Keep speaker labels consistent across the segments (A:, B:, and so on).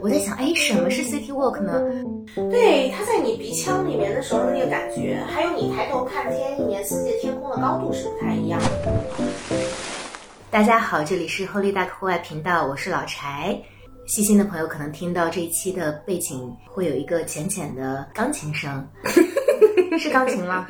A: 我在想，哎，什么是 city walk 呢？
B: 对，它在你鼻腔里面的时候的那个感觉，还有你抬头看天一年四季天空的高度是不太一样的。
A: 大家好，这里是厚利大课户外频道，我是老柴。细心的朋友可能听到这一期的背景会有一个浅浅的钢琴声，是钢琴吗？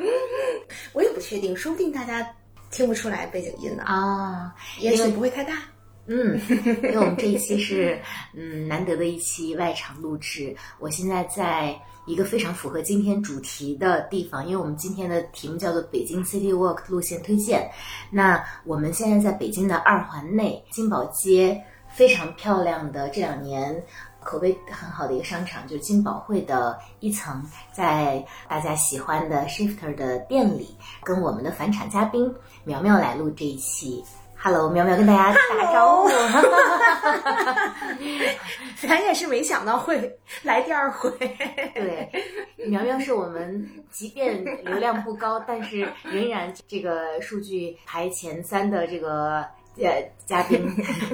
C: 我也不确定，说不定大家听不出来背景音呢，
A: 啊、
C: 也许不会太大。
A: 嗯，因为我们这一期是嗯难得的一期外场录制，我现在在一个非常符合今天主题的地方，因为我们今天的题目叫做北京 City Walk 路线推荐。那我们现在在北京的二环内金宝街，非常漂亮的这两年。口碑很好的一个商场，就是金宝汇的一层，在大家喜欢的 Shifter 的店里，跟我们的返场嘉宾苗苗来录这一期。Hello，苗苗跟大家打招呼。
C: 咱也是没想到会 来第二回，
A: 对，苗苗是我们即便流量不高，但是仍然这个数据排前三的这个。呃，嘉宾，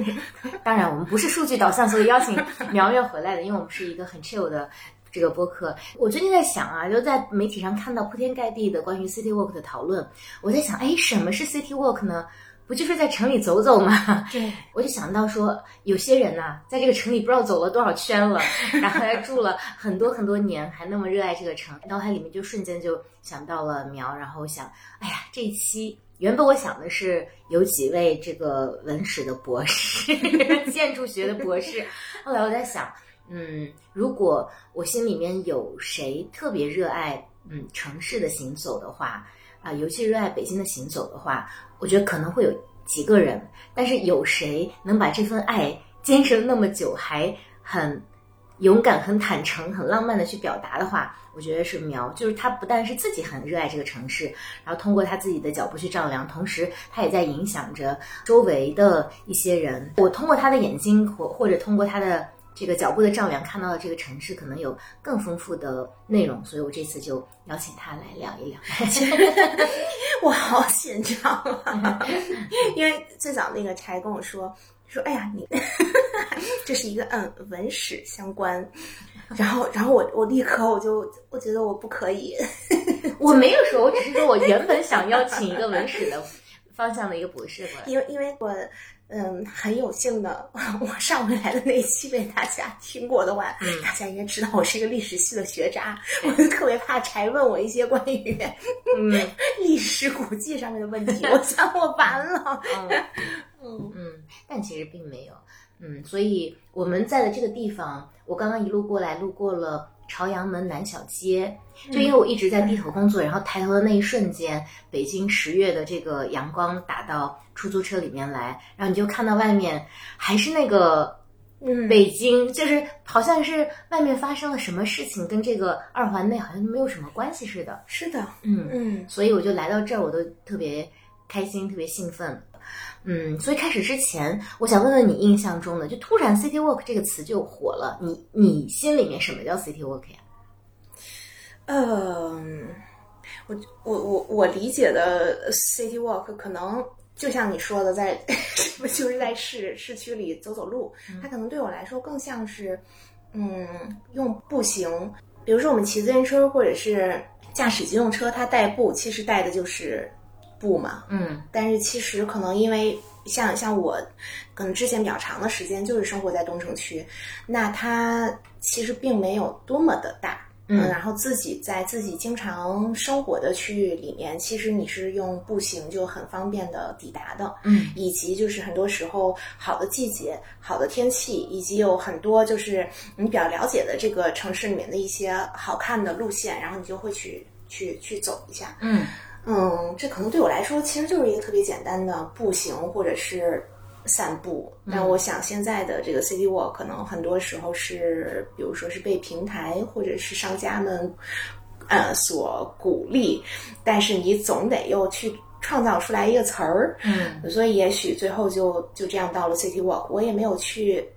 A: 当然我们不是数据导向，所以邀请苗苗回来的，因为我们是一个很 chill 的这个播客。我最近在想啊，就在媒体上看到铺天盖地的关于 city walk 的讨论，我在想，哎，什么是 city walk 呢？不就是在城里走走吗？
C: 对，
A: 我就想到说，有些人呐、在这个城里不知道走了多少圈了，然后还住了很多很多年，还那么热爱这个城，脑海里面就瞬间就想到了苗，然后想，哎呀，这一期原本我想的是有几位这个文史的博士， 建筑学的博士，后来我在想，嗯，如果我心里面有谁特别热爱嗯城市的行走的话，啊、尤其热爱北京的行走的话，我觉得可能会有几个人，但是有谁能把这份爱坚持了那么久，还很勇敢、很坦诚、很浪漫的去表达的话，我觉得是苗，就是他不但是自己很热爱这个城市，然后通过他自己的脚步去丈量，同时他也在影响着周围的一些人。我通过他的眼睛或或者通过他的这个脚步的丈量，看到了这个城市可能有更丰富的内容，所以我这次就邀请他来聊一聊。
C: 我好紧张啊！ 因为最早那个柴跟我说说，哎呀，你 这是一个嗯文史相关，然后然后我我立刻我就我觉得我不可以，
A: 我没有说，我只是说我原本想邀请一个文史的方向的一个博士过来。
C: 因为因为我嗯很有幸的， 我上回来的那一期被大家听过的话，
A: 嗯
C: 大家应该知道我是一个历史系的学渣，我就特别怕柴问我一些关于
A: 嗯
C: 历史古迹上面的问题，我想我完了。
A: 嗯
C: 嗯，
A: 嗯， 但其实并没有。嗯，所以我们在的这个地方，我刚刚一路过来，路过了朝阳门南小街，
C: 嗯
A: 就因为我一直在低头工作，然后抬头的那一瞬间，北京十月的这个阳光打到出租车里面来，然后你就看到外面还是那个
C: 嗯
A: 北京就是好像是外面发生了什么事情，跟这个二环内好像没有什么关系似的。
C: 是的，
A: 嗯，
C: 嗯
A: 所以我就来到这儿，我都特别开心，特别兴奋。嗯，所以开始之前，我想问问你印象中的，就突然 city walk 这个词就火了，你你心里面什么叫 city walk 呀？
C: 嗯，我我我我理解的 city walk 可能就像你说的，在 就是在市市区里走走路，它可能对我来说更像是，嗯，用步行，比如说我们骑自行车或者是驾驶机动车，它代步其实带的就是步嘛，
A: 嗯
C: 但是其实可能因为像像我，可能之前比较长的时间就是生活在东城区，那它其实并没有多么的大，
A: 嗯
C: 然后自己在自己经常生活的区域里面，其实你是用步行就很方便的抵达的，
A: 嗯
C: 以及就是很多时候好的季节、好的天气，以及有很多就是你比较了解的这个城市里面的一些好看的路线，然后你就会去去去走一下，
A: 嗯
C: 嗯，这可能对我来说，其实就是一个特别简单的步行或者是散步。但
A: 嗯
C: 我想现在的这个 city walk 可能很多时候是，比如说是被平台或者是商家们，呃，所鼓励，但是你总得又去创造出来一个词儿，
A: 嗯
C: 所以也许最后就就这样到了 city walk。我也没有去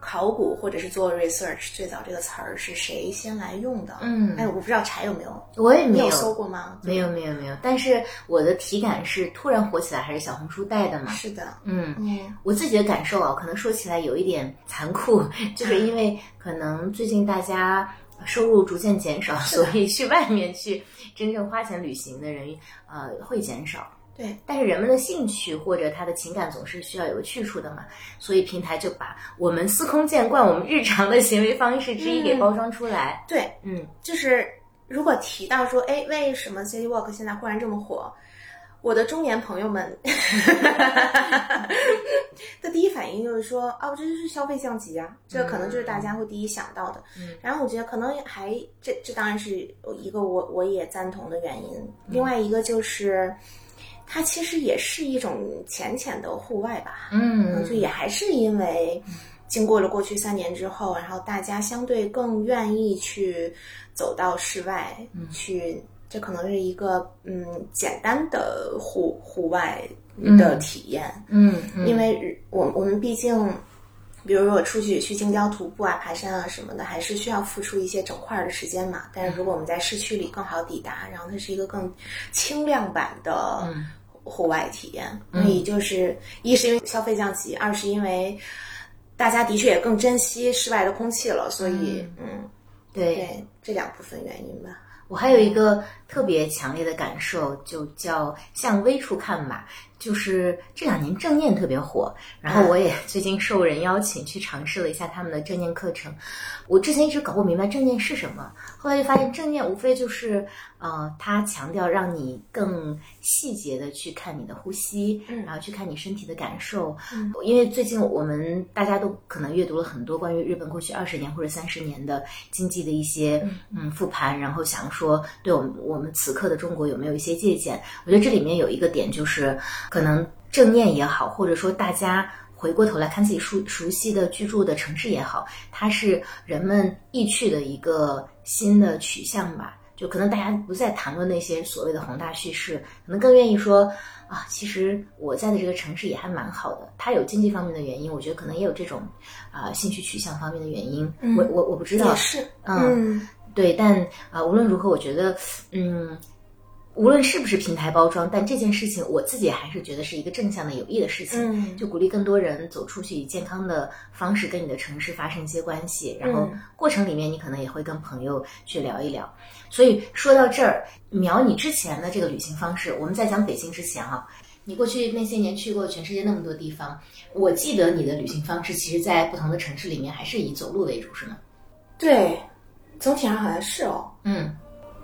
C: 考古或者是做 research，最早这个词儿是谁先来用的？
A: 嗯
C: 哎，我不知道柴有没有，
A: 我也没
C: 你
A: 有
C: 搜过吗？
A: 没有没有没有，但是我的体感是突然火起来，还是小红书带的嘛？
C: 是的，
A: 嗯，
C: 嗯
A: 我自己的感受啊，可能说起来有一点残酷，就是因为可能最近大家收入逐渐减少，所以去外面去真正花钱旅行的人，呃，会减少。
C: 对，
A: 但是人们的兴趣或者他的情感总是需要有个去处的嘛，所以平台就把我们司空见惯、我们日常的行为方式之一给包装出来。
C: 对，
A: 嗯
C: 就是如果提到说，哎，为什么 City Walk 现在忽然这么火？我的中年朋友们 的第一反应就是说，哦，这就是消费降级啊，这可能就是大家会第一想到的。
A: 嗯
C: 然后我觉得可能还这这当然是一个我我也赞同的原因，另外一个就是。它其实也是一种浅浅的户外吧，
A: 嗯，
C: 就也还是因为经过了过去三年之后，然后大家相对更愿意去走到室外、去，这可能是一个嗯简单的户户外的体验，
A: 嗯，嗯
C: 因为我我们毕竟。比如说我出去去京郊徒步啊、爬山啊什么的，还是需要付出一些整块儿的时间嘛。但是如果我们在市区里更好抵达，然后它是一个更轻量版的
A: 嗯
C: 户外体验，所以就是一是因为消费降级，二是因为大家的确也更珍惜室外的空气了，所以嗯，
A: 对
C: 对这两部分原因吧。
A: 我还有一个特别强烈的感受，就叫向微处看吧。就是这两年正念特别火，然后我也最近受人邀请去尝试了一下他们的正念课程。我之前一直搞不明白正念是什么，后来就发现正念无非就是，呃，它强调让你更细节的去看你的呼吸，
C: 嗯
A: 然后去看你身体的感受，
C: 嗯
A: 因为最近我们大家都可能阅读了很多关于日本过去二十年或者三十年的经济的一些嗯复盘，然后想说对我们我们此刻的中国有没有一些借鉴？我觉得这里面有一个点就是，可能正念也好，或者说大家回过头来看自己熟熟悉的居住的城市也好，它是人们意趣的一个新的取向吧。就可能大家不再谈论那些所谓的宏大叙事，可能更愿意说啊，其实我在的这个城市也还蛮好的。它有经济方面的原因，我觉得可能也有这种啊、兴趣取向方面的原因。
C: 嗯
A: 我我我不知道
C: 也，是，
A: 嗯
C: 嗯
A: 对，但啊、呃无论如何，我觉得，嗯，无论是不是平台包装，但这件事情我自己还是觉得是一个正向的、有益的事情。
C: 嗯
A: 就鼓励更多人走出去，以健康的方式跟你的城市发生一些关系，然后
C: 嗯
A: 过程里面你可能也会跟朋友去聊一聊。所以说到这儿，苗你之前的这个旅行方式，我们在讲北京之前啊，你过去那些年去过全世界那么多地方，我记得你的旅行方式，其实在不同的城市里面还是以走路为主，是吗？
C: 对，总体上好像是哦。
A: 嗯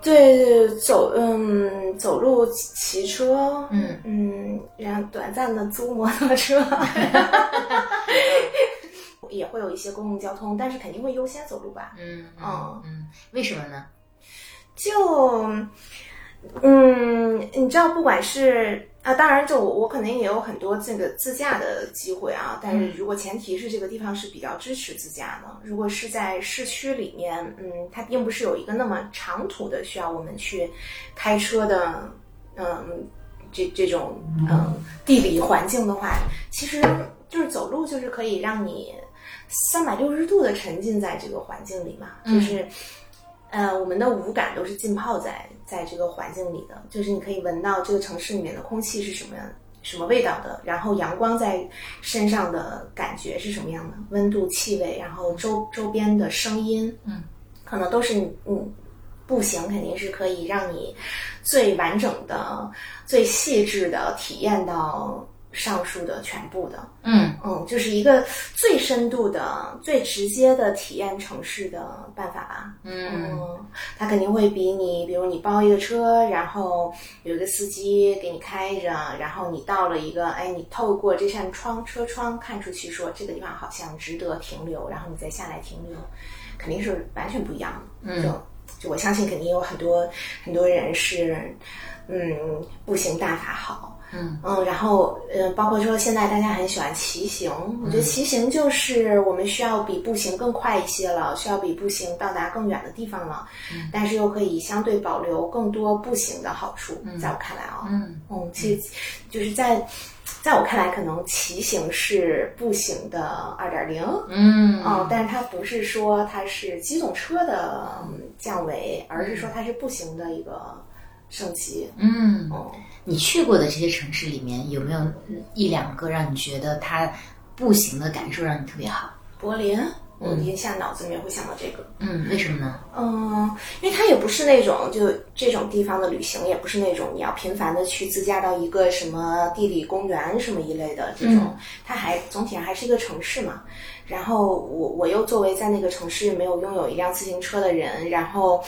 C: 对，走嗯，走路、骑骑车，
A: 嗯。
C: 嗯，然后短暂的租摩托车， 也会有一些公共交通，但是肯定会优先走路吧。
A: 嗯
C: 哦
A: 嗯，为什么呢？
C: 就，嗯，你知道，不管是啊，当然就我我肯定也有很多这个自驾的机会啊，但是如果前提是这个地方是比较支持自驾的，如果是在市区里面，嗯，它并不是有一个那么长途的需要我们去开车的，嗯，这这种嗯地理环境的话，其实就是走路就是可以让你三百六十度的沉浸在这个环境里嘛，
A: 嗯
C: 就是。呃，我们的五感都是浸泡在在这个环境里的，就是你可以闻到这个城市里面的空气是什么样什么味道的，然后阳光在身上的感觉是什么样的，温度、气味，然后周周边的声音，
A: 嗯，
C: 可能都是你嗯。步行肯定是可以让你最完整的、最细致的体验到上述的全部的，
A: 嗯
C: 嗯，就是一个最深度的、最直接的体验城市的办法吧。
A: 嗯
C: 嗯，他肯定会比你，比如你包一个车，然后有一个司机给你开着，然后你到了一个，哎，你透过这扇窗车窗看出去说，这个地方好像值得停留，然后你再下来停留，肯定是完全不一样的。
A: 嗯
C: 就就我相信，肯定有很多很多人是，嗯，步行大法好，
A: 嗯
C: 嗯，然后呃，包括说现在大家很喜欢骑行，我
A: 嗯
C: 觉得骑行就是我们需要比步行更快一些了，需要比步行到达更远的地方了，
A: 嗯
C: 但是又可以相对保留更多步行的好处，
A: 嗯
C: 在我看来啊、
A: 嗯
C: 嗯，其实就是在在我看来，可能骑行是步行的二点零，
A: 嗯
C: 哦，但是它不是说它是机动车的嗯降维，而是说它是步行的一个升级。
A: 嗯，
C: 哦，
A: 你去过的这些城市里面，有没有一两个让你觉得它步行的感受让你特别好？
C: 柏林，我一下脑子里面会想到这个。
A: 嗯，为什么呢？
C: 嗯，因为它也不是那种就这种地方的旅行，也不是那种你要频繁的去自驾到一个什么地理公园什么一类的这种，
A: 嗯
C: 它还总体上还是一个城市嘛。然后我我又作为在那个城市没有拥有一辆自行车的人，然后，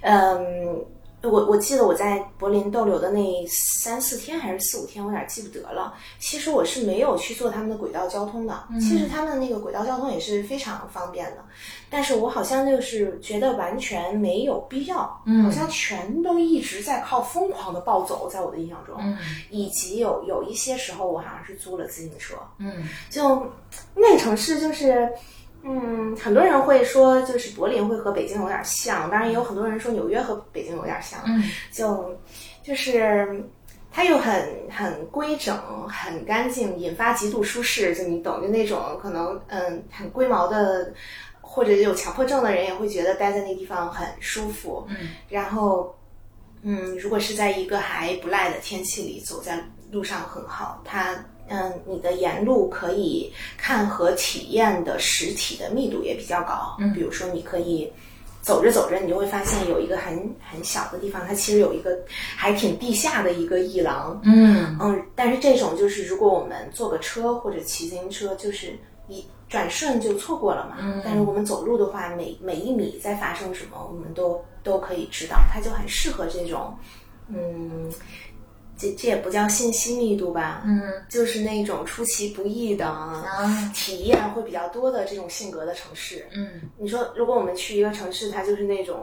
C: 嗯。我我记得我在柏林逗留的那三四天还是四五天，我有点记不得了。其实我是没有去做他们的轨道交通
A: 嗯
C: 的，其实他们那个轨道交通也是非常方便的。但是我好像就是觉得完全没有必要，
A: 嗯
C: 好像全都一直在靠疯狂的暴走，在我的印象中，
A: 嗯
C: 以及有有一些时候我好像是租了自行车，
A: 嗯
C: 就那个城市就是。嗯，很多人会说，就是柏林会和北京有点像，当然也有很多人说纽约和北京有点像，
A: 嗯
C: 就就是它又很很规整、很干净，引发极度舒适，就你懂，就那种可能嗯很龟毛的。或者有强迫症的人也会觉得待在那地方很舒服，
A: 嗯，
C: 然后，嗯，如果是在一个还不赖的天气里走在路上很好，它，嗯，你的沿路可以看和体验的实体的密度也比较高，
A: 嗯
C: 比如说你可以走着走着，你就会发现有一个很很小的地方，它其实有一个还挺地下的一个艺廊。
A: 嗯
C: 嗯，但是这种就是如果我们坐个车或者骑自行车，就是一转瞬就错过了嘛。
A: 嗯
C: 但是我们走路的话，每每一米在发生什么，我们都都可以知道，它就很适合这种，嗯，这这也不叫信息密度吧，
A: 嗯
C: 就是那种出其不意的。
A: 啊
C: 体验会比较多的这种性格的城市，
A: 嗯
C: 你说，如果我们去一个城市，它就是那种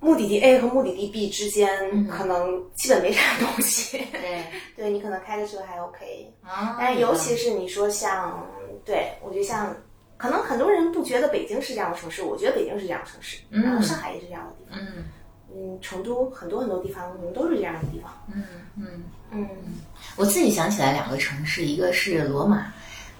C: 目的地 A 和目的地 B 之间，
A: 嗯
C: 可能基本没啥东西。
A: 对
C: 对你可能开的车还 OK，
A: 啊
C: 但是尤其是你说像，对我觉得像，可能很多人不觉得北京是这样的城市，我觉得北京是这样的城市，
A: 嗯
C: 然后上海也是这样的地方，
A: 嗯
C: 嗯，成都很多很多地方我们都是这样的地方，
A: 嗯嗯。
C: 嗯
A: 我自己想起来两个城市，一个是罗马，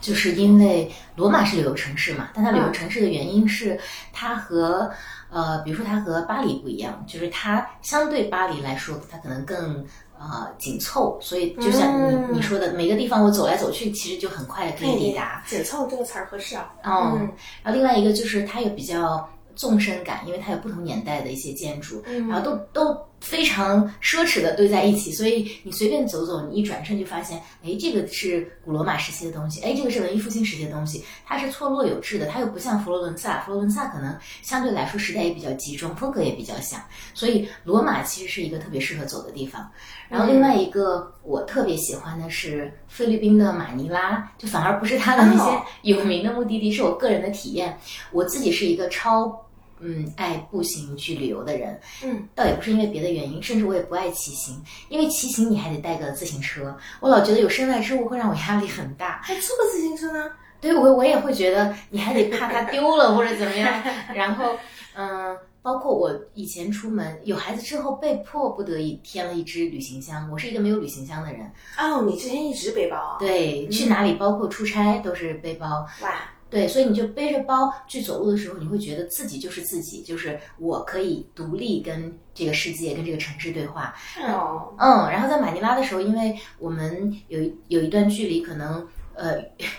A: 就是因为罗马是旅游城市嘛，但它旅游城市的原因是它和呃，比如说它和巴黎不一样，就是它相对巴黎来说，它可能更。呃，紧凑，所以就像你、
C: 嗯
A: 你说的，每个地方我走来走去，其实就很快可以抵达。
C: 哎紧凑这个词儿合适啊，
A: 嗯，然后另外一个就是它有比较纵深感，因为它有不同年代的一些建筑，
C: 嗯
A: 然后都都非常奢侈的堆在一起，所以你随便走走，你一转身就发现，哎，这个是古罗马时期的东西，哎，这个是文艺复兴时期的东西，它是错落有致的，它又不像佛罗伦萨，佛罗伦萨可能相对来说时代也比较集中，风格也比较像，所以罗马其实是一个特别适合走的地方。然后另
C: 嗯
A: 外一个我特别喜欢的是菲律宾的马尼拉，就反而不是它的那些
C: 哦
A: 有名的目的地，是我个人的体验。我自己是一个超嗯爱步行去旅游的人，
C: 嗯，
A: 倒也不是因为别的原因，甚至我也不爱骑行，因为骑行你还得带个自行车，我老觉得有身外之物会让我压力很大。
C: 还租哎个自行车呢，
A: 对我我也会觉得你还得怕它丢了或者怎么样，然后嗯、包括我以前出门有孩子之后，被迫不得已添了一只旅行箱。我是一个没有旅行箱的人，
C: 哦，你之前一直背包啊，
A: 对，去哪里包括出差都是背包，
C: 哇，
A: 对，所以你就背着包去走路的时候，你会觉得自己就是自己，就是我可以独立跟这个世界、跟这个城市对话，
C: 哦，
A: 嗯，然后在马尼拉的时候，因为我们有一有一段距离，可能呃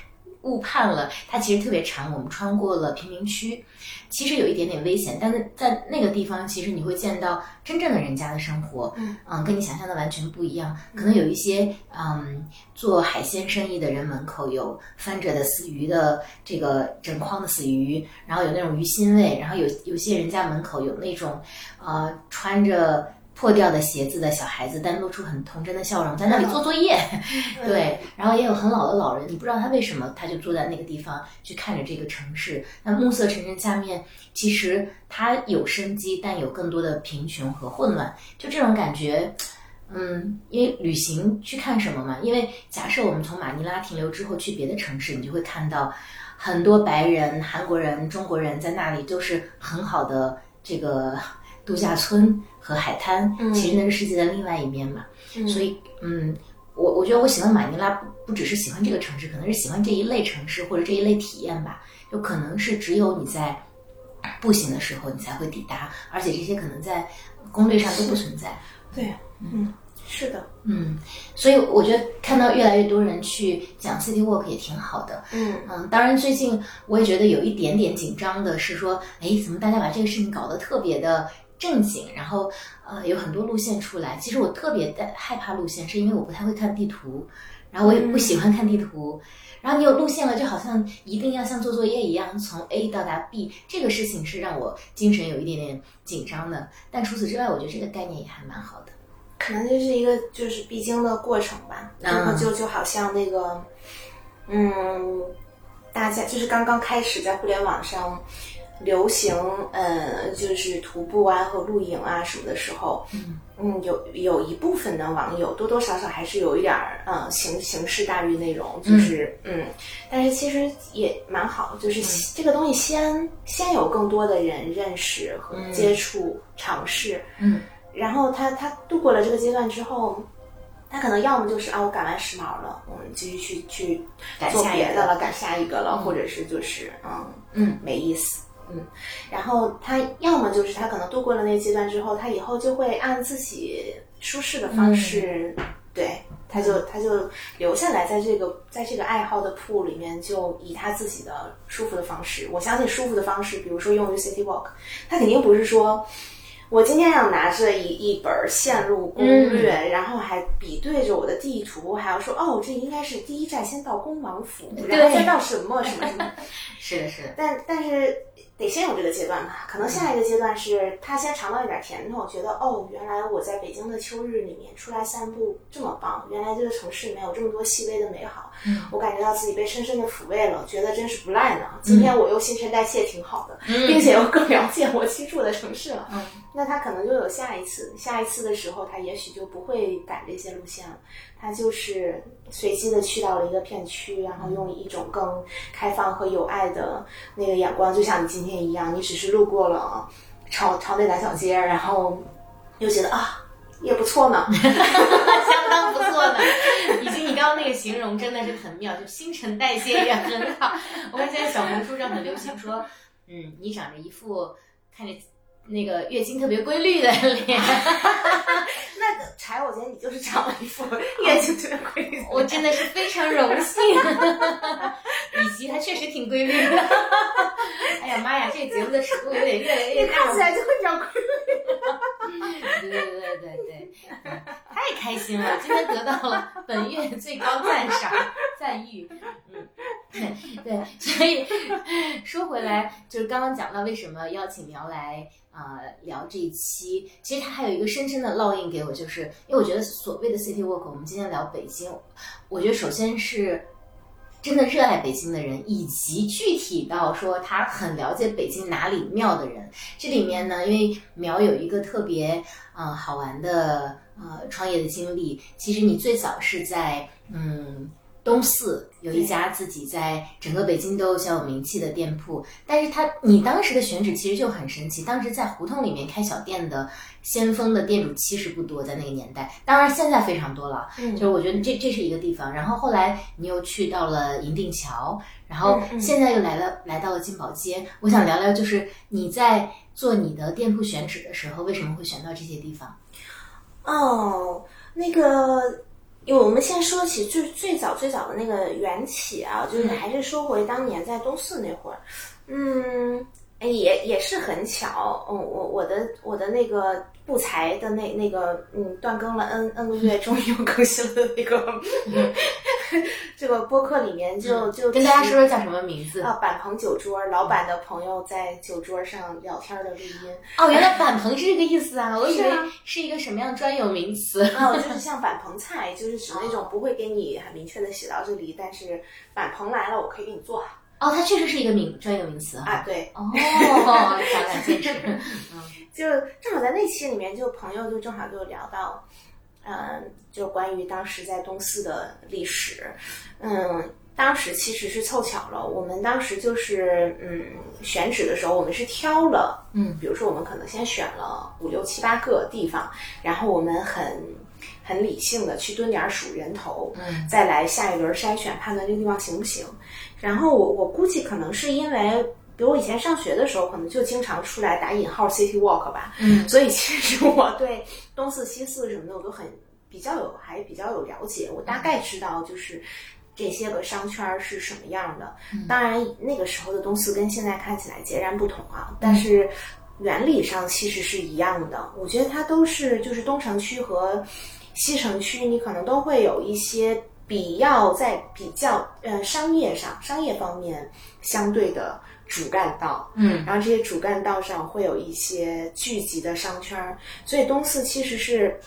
A: 误判了，它其实特别长，我们穿过了贫民区，其实有一点点危险，但是在那个地方，其实你会见到真正的人家的生活，
C: 嗯
A: 跟你想象的完全不一样。可能有一些嗯做海鲜生意的人门口有翻着的死鱼的这个整筐的死鱼，然后有那种鱼腥味，然后有有些人家门口有那种呃穿着。破掉的鞋子的小孩子，但露出很童真的笑容，在那里做作业。
C: 嗯
A: 对，然后也有很老的老人，你不知道他为什么，他就坐在那个地方去看着这个城市。那暮色沉沉下面，其实它有生机，但有更多的贫穷和混乱，就这种感觉。嗯，因为旅行去看什么嘛？因为假设我们从马尼拉停留之后去别的城市，你就会看到很多白人、韩国人、中国人在那里都是很好的这个度假村和海滩，
C: 嗯
A: 其实那是世界的另外一面嘛。
C: 嗯
A: 所以，嗯，我我觉得我喜欢马尼拉不不只是喜欢这个城市，可能是喜欢这一类城市或者这一类体验吧。就可能是只有你在步行的时候你才会抵达，而且这些可能在攻略上都不存在。
C: 对，嗯，是的，
A: 嗯，所以我觉得看到越来越多人去讲 City Walk 也挺好的。
C: 嗯，
A: 嗯，当然，最近我也觉得有一点点紧张的是说，哎，怎么大家把这个事情搞得特别的正经，然后呃有很多路线出来。其实我特别的害怕路线，是因为我不太会看地图，然后我也不喜欢看地图。然后你有路线了，就好像一定要像做作业一样，从 A 到达 B，这个事情是让我精神有一点点紧张的。但除此之外，我觉得这个概念也还蛮好的。
C: 可能就是一个就是必经的过程吧，然后
A: 嗯
C: 就就好像那个，嗯，大家就是刚刚开始在互联网上流行，呃，就是徒步啊和露营啊什么的时候，
A: 嗯
C: 嗯，有有一部分的网友多多少少还是有一点儿，呃，形形式大于内容，就是嗯但是其实也蛮好，就是这个东西先先有更多的人认识和
A: 嗯
C: 接触、尝试，
A: 嗯
C: 然后他他度过了这个阶段之后，他可能要么就是啊，我赶完时髦了，我们继续去去
A: 赶
C: 做
A: 下一
C: 别
A: 个
C: 的了，赶下一个了，
A: 嗯
C: 或者是就是嗯
A: 嗯
C: 没意思。嗯，然后他要么就是他可能度过了那阶段之后，他以后就会按自己舒适的方式，对，他就他就留下来，在这个在这个爱好的铺里面，就以他自己的舒服的方式。我相信舒服的方式，比如说用于 City Walk，他肯定不是说我今天要拿着一一本线路攻略，然后还比对着我的地图，还要说哦，这应该是第一站先到恭王府，然后
A: 对
C: 再到什么什么什么。
A: 是的，是的，
C: 但但是得先有这个阶段吧，可能下一个阶段是他先尝到一点甜头，觉得哦，原来我在北京的秋日里面出来散步这么棒，原来这个城市里面有这么多细微的美好，
A: 嗯
C: 我感觉到自己被深深的抚慰了，觉得真是不赖呢。今天我又新陈代谢挺好的，并且又更了解我居住的城市了。
A: 嗯
C: 那他可能就有下一次，下一次的时候，他也许就不会赶这些路线了，他就是随机的去到了一个片区，然后用一种更开放和有爱的那个眼光，就像你今天一样，你只是路过了朝朝内大小街，然后又觉得啊也不错呢，
A: 相当不错呢。以及你刚刚那个形容真的是很妙，就新陈代谢也很好。我看现在小红书上很流行说，嗯，你长着一副看着那个月经特别规律的脸，
C: 那个柴火节你就是长了一副 月经特别规律的
A: 我真的是非常荣幸。 以及它确实挺规律的。 哎呀妈呀，这个节目的尺度有点越来越大
C: 看
A: 了
C: 起。来就会比较规律。
A: 对对对对对，嗯太开心了！今天得到了本月最高赞赏赞誉，嗯，对，所以说回来，就是刚刚讲到为什么邀请苗来呃聊这一期，其实它还有一个深深的烙印给我，就是因为我觉得所谓的 city walk，我们今天聊北京，我觉得首先是。真的热爱北京的人，以及具体到说他很了解北京哪里妙的人，这里面呢，因为苗有一个特别呃好玩的呃创业的经历。其实你最早是在嗯东四有一家自己在整个北京都小有名气的店铺，但是他你当时的选址其实就很神奇。当时在胡同里面开小店的先锋的店主其实不多，在那个年代，当然现在非常多了。 啊
C: 嗯
A: 就是我觉得这这是一个地方。然后后来你又去到了银锭桥，然后
C: 嗯嗯
A: 现在又来了、来到了金宝街。我想聊聊，就是你在做你的店铺选址的时候，为什么会选到这些地方？
C: 哦，那个，因为我们先说起最最早最早的那个缘起啊，
A: 嗯
C: 就是还是说回当年在东四那会儿，嗯，哎也也是很巧，嗯，我我的我的那个布裁的那那个嗯断更了 n n 个月，终于又更新了那个 这个播客里面就就
A: 嗯跟大家
C: 提
A: 说说叫什么名字？
C: 啊，板棚酒桌，老板的朋友在酒桌上聊天的录音。
A: 哦，原来板棚是这个意思 啊！我以
C: 是
A: 为
C: 啊
A: 是一个什么样专有名 词。
C: 啊，我就是像板棚菜，就是指那种不会给你很明确的写到这里，但是板棚来了，我可以给你做好
A: 哦，它确实是一个名专有名词
C: 啊
A: 啊。。
C: 对，
A: 哦，橄榄兼职。
C: 就正好在那期里面，就朋友就正好就聊到，嗯，就关于当时在东四的历史，嗯。当时其实是凑巧了，我们当时就是嗯选址的时候，我们是挑了
A: 嗯
C: 比如说我们可能先选了五六七八个地方，然后我们很很理性的去蹲点儿数人头，
A: 嗯
C: 再来下一轮筛选，判断这个地方行不行。然后我我估计可能是因为，比如我以前上学的时候，可能就经常出来打引号 city walk 吧，
A: 嗯
C: 所以其实我对东四西四什么的我都很比较有，还比较有了解，我大概知道就是。这些个商圈儿是什么样的？当然，那个时候的东四跟现在看起来截然不同啊，但是原理上其实是一样的。我觉得它都是就是东城区和西城区，你可能都会有一些比较在比较呃商业上商业方面相对的主干道，
A: 嗯
C: 然后这些主干道上会有一些聚集的商圈儿，所以东四其实是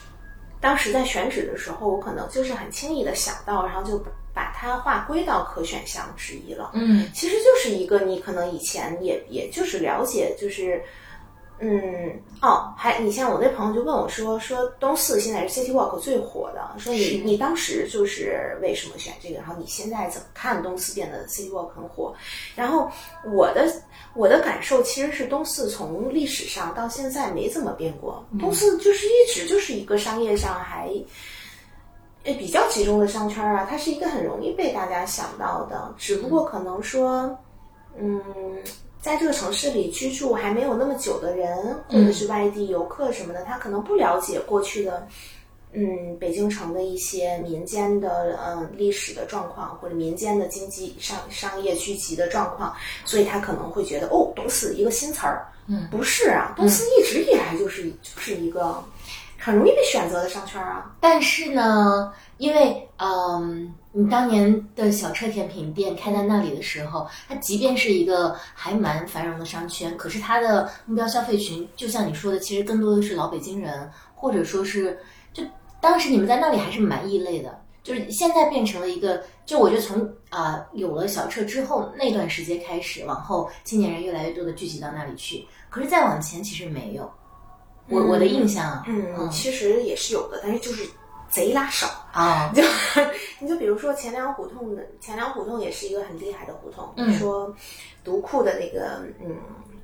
C: 当时在选址的时候，我可能就是很轻易的想到，然后就把它划归到可选项之一了。
A: 嗯
C: 其实就是一个你可能以前也也就是了解，就是嗯哦，还你像我那朋友就问我说说东四现在是 City Walk 最火的，说你
A: 是
C: 你当时就是为什么选这个，然后你现在怎么看东四变得 City Walk 很火？然后我的我的感受其实是东四从历史上到现在没怎么变过，东四就是一直就是一个商业上还。呃比较集中的商圈啊，它是一个很容易被大家想到的，只不过可能说，嗯，在这个城市里居住还没有那么久的人，或
A: 嗯
C: 者是外地游客什么的，他可能不了解过去的。嗯，北京城的一些民间的嗯历史的状况，或者民间的经济商商业聚集的状况，所以他可能会觉得哦，东四一个新词儿，
A: 嗯
C: 不是啊，东四一直以来就是、就是一个很容易被选择的商圈啊，
A: 但是呢，因为嗯，你当年的小车甜品店开在那里的时候，它即便是一个还蛮繁荣的商圈，可是它的目标消费群，就像你说的，其实更多的是老北京人，或者说是就当时你们在那里还是蛮异类的。就是现在变成了一个，就我觉得从啊、有了小车之后那段时间开始，往后青年人越来越多的聚集到那里去，可是再往前其实没有，我、我的印象啊
C: 嗯，其实也是有的，但是就是贼拉少。
A: 啊、
C: 就你就比如说前粮胡同的前粮胡同也是一个很厉害的胡同，
A: 嗯
C: 说独库的那个嗯。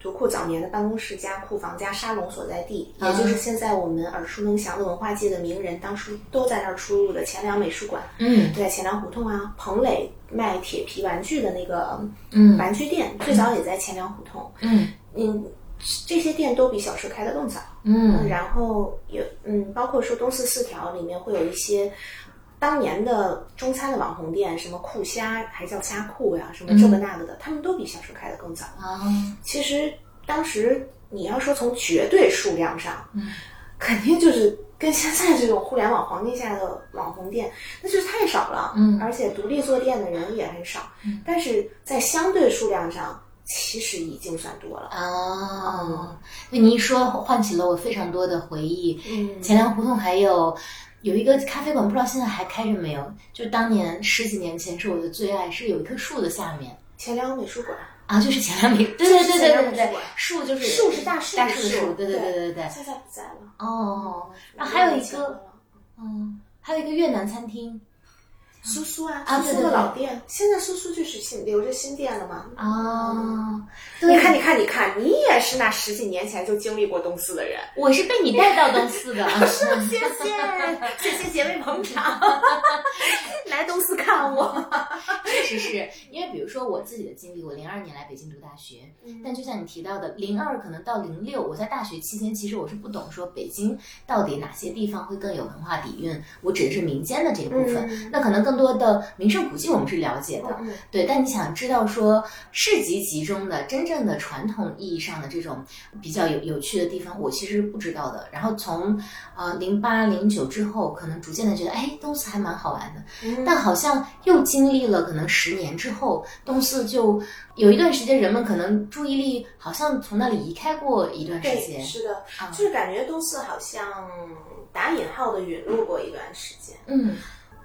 C: 独库早年的办公室加库房加沙龙所在地，也就是现在我们耳熟能详的文化界的名人，当初都在那儿出入的前粮美术馆，
A: 嗯
C: 对，前粮胡同啊，彭磊卖铁皮玩具的那个
A: 嗯
C: 玩具店，最早也在前粮胡同。
A: 嗯
C: 嗯，这些店都比小吃开得更早。
A: 嗯
C: 然后有嗯，包括说东四四条里面会有一些当年的中餐的网红店，什么库虾还叫虾库呀，什么
A: 嗯
C: 这个那个的，他们都比小吃开的更早。
A: 啊，
C: 其实当时你要说从绝对数量上，
A: 嗯，
C: 肯定就是跟现在这种互联网环境下的网红店，那就是太少了，
A: 嗯
C: 而且独立做店的人也很少，
A: 嗯
C: 但是在相对数量上，其实已经算多了。
A: 哦，对你一说，唤起了我非常多的回忆。
C: 嗯
A: 前粮胡同还有有一个咖啡馆，不知道现在还开着没有？就当年十几年前是我的最爱，是有一棵树的下面
C: 前粮美术馆，
A: 啊，就是前粮米，对对对对对对对，树就是
C: 树是大树的
A: 大树的
C: 树
A: 对对对对对对。
C: 现在不在了。
A: 哦，然
C: 然后
A: 后还有一个嗯，还有一个越南餐厅
C: 苏苏啊，
A: 啊
C: 苏
A: 对
C: 苏
A: 对
C: 的
A: 对
C: 老店，现在苏苏就是新留着新店了嘛。
A: 啊，
C: 你
A: 对，
C: 看，你看，你看，你也是那十几年前就经历过东四的人，
A: 我是被你带到东四 的，啊是
C: 谢谢，谢谢姐妹捧 场，来东四看我。
A: 确实是因为，比如说我自己的经历，我零二年来北京读大学，
C: 嗯
A: 但就像你提到的，零二可能到零六，我在大学期间，其实我是不懂说北京到底哪些地方会更有文化底蕴，我指的是民间的这一部分。
C: 嗯
A: 那可能更多的名胜古迹我们是了解的，
C: 嗯
A: 对。但你想知道说市集集中的真正的传统意义上的这种比较有有趣的地方，我其实是不知道的。然后从呃零八零九之后，可能逐渐的觉得，哎，东四还蛮好玩的。
C: 嗯
A: 但好像又经历了可能十年之后，东四就有一段时间，人们可能注意力好像从那里移开过一段时
C: 对，
A: 间。
C: 是的，
A: 啊
C: 就是感觉东四好像打引号的陨落过一段时间。
A: 嗯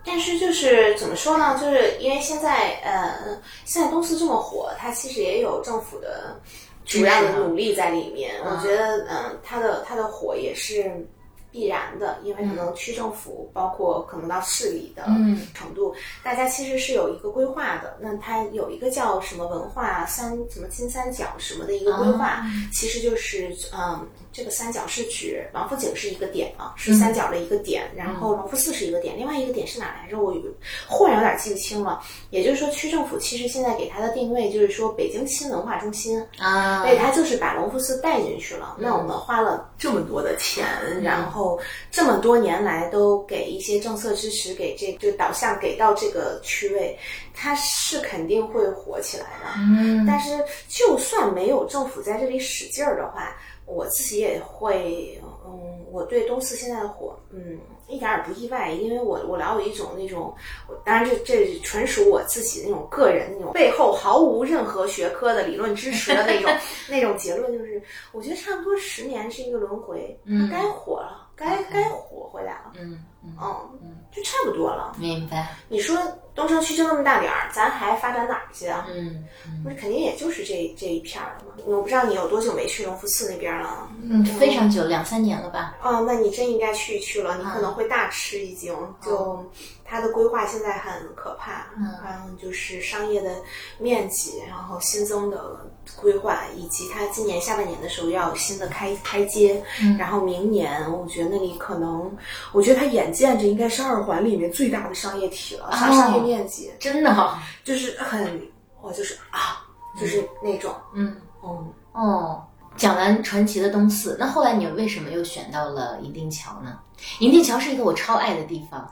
C: 但是就是怎么说呢？就是因为现在呃，现在东四这么火，它其实也有政府的主要的努力在里面。
A: 嗯
C: 呃我觉得，嗯、它的它的火也是。必然的，因为可能区政府、包括可能到市里的
A: 嗯
C: 程度，大家其实是有一个规划的。那它有一个叫什么文化三什么金三角什么的一个规
A: 啊
C: 划，其实就是嗯，这个三角是指王府井是一个点啊，是三角的一个点，然后王府寺是一个点，另外一个点是哪来着？我有忽然有点记不清了。也就是说，区政府其实现在给它的定位就是说北京新文化中心，
A: 啊
C: 所以他就是把隆福寺带进去了。那我们花了这么多的钱，然后这么多年来都给一些政策支持，给这就导向给到这个区位，它是肯定会火起来的。
A: 嗯
C: 但是就算没有政府在这里使劲儿的话，我自己也会，嗯，我对东四现在的火，嗯，一点儿也不意外，因为我我老有一种那种，我当然这这纯属我自己那种个人那种背后毫无任何学科的理论支持的 那种那种结论，就是我觉得差不多十年是一个轮回，
A: 嗯
C: 该火了，该该火回来了，
A: 嗯嗯，
C: 嗯
A: 嗯，
C: 就差不多了。
A: 明白，
C: 你说东城区就那么大点儿，咱还发展哪儿去啊？
A: 嗯
C: 不是，肯定也就是这这一片儿了嘛。我不知道你有多久没去隆福寺那边了。啊
A: 嗯，非常久，两三年了吧？
C: 哦，那你真应该去一去了，你可能会大吃一惊。就它的规划现在很可怕，
A: 嗯
C: 然后就是商业的面积，然后新增的规划，以及它今年下半年的时候要有新的开开街，
A: 嗯
C: 然后明年我觉得那里可能，我觉得它眼见着应该是二环里面最大的商业体了，商
A: 哦
C: 商业面积
A: 真的哦，
C: 就是很，我就是啊，就是那种，
A: 嗯
C: 嗯。
A: 哦。讲完传奇的东四，那后来你为什么又选到了银锭桥呢？银锭桥是一个我超爱的地方，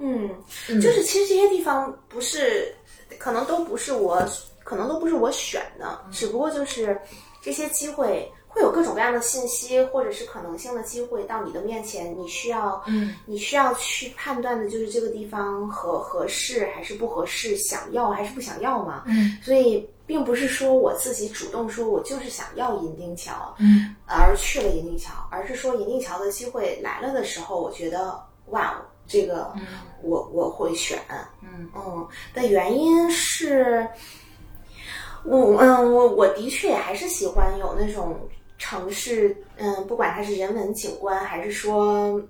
C: 嗯，
A: 嗯
C: 就是其实这些地方不是，可能都不是我，可能都不是我选的，只不过就是这些机会会有各种各样的信息或者是可能性的机会到你的面前，你需要，
A: 嗯
C: 你需要去判断的就是这个地方合合适还是不合适，想要还是不想要嘛。
A: 嗯
C: 所以并不是说我自己主动说我就是想要银锭桥，
A: 嗯
C: 而去了银锭桥，而是说银锭桥的机会来了的时候，我觉得哇，哦这个我我会选，
A: 嗯
C: 嗯的原因是，我嗯我我的确还是喜欢有那种城市，嗯，不管它是人文景观，还是说，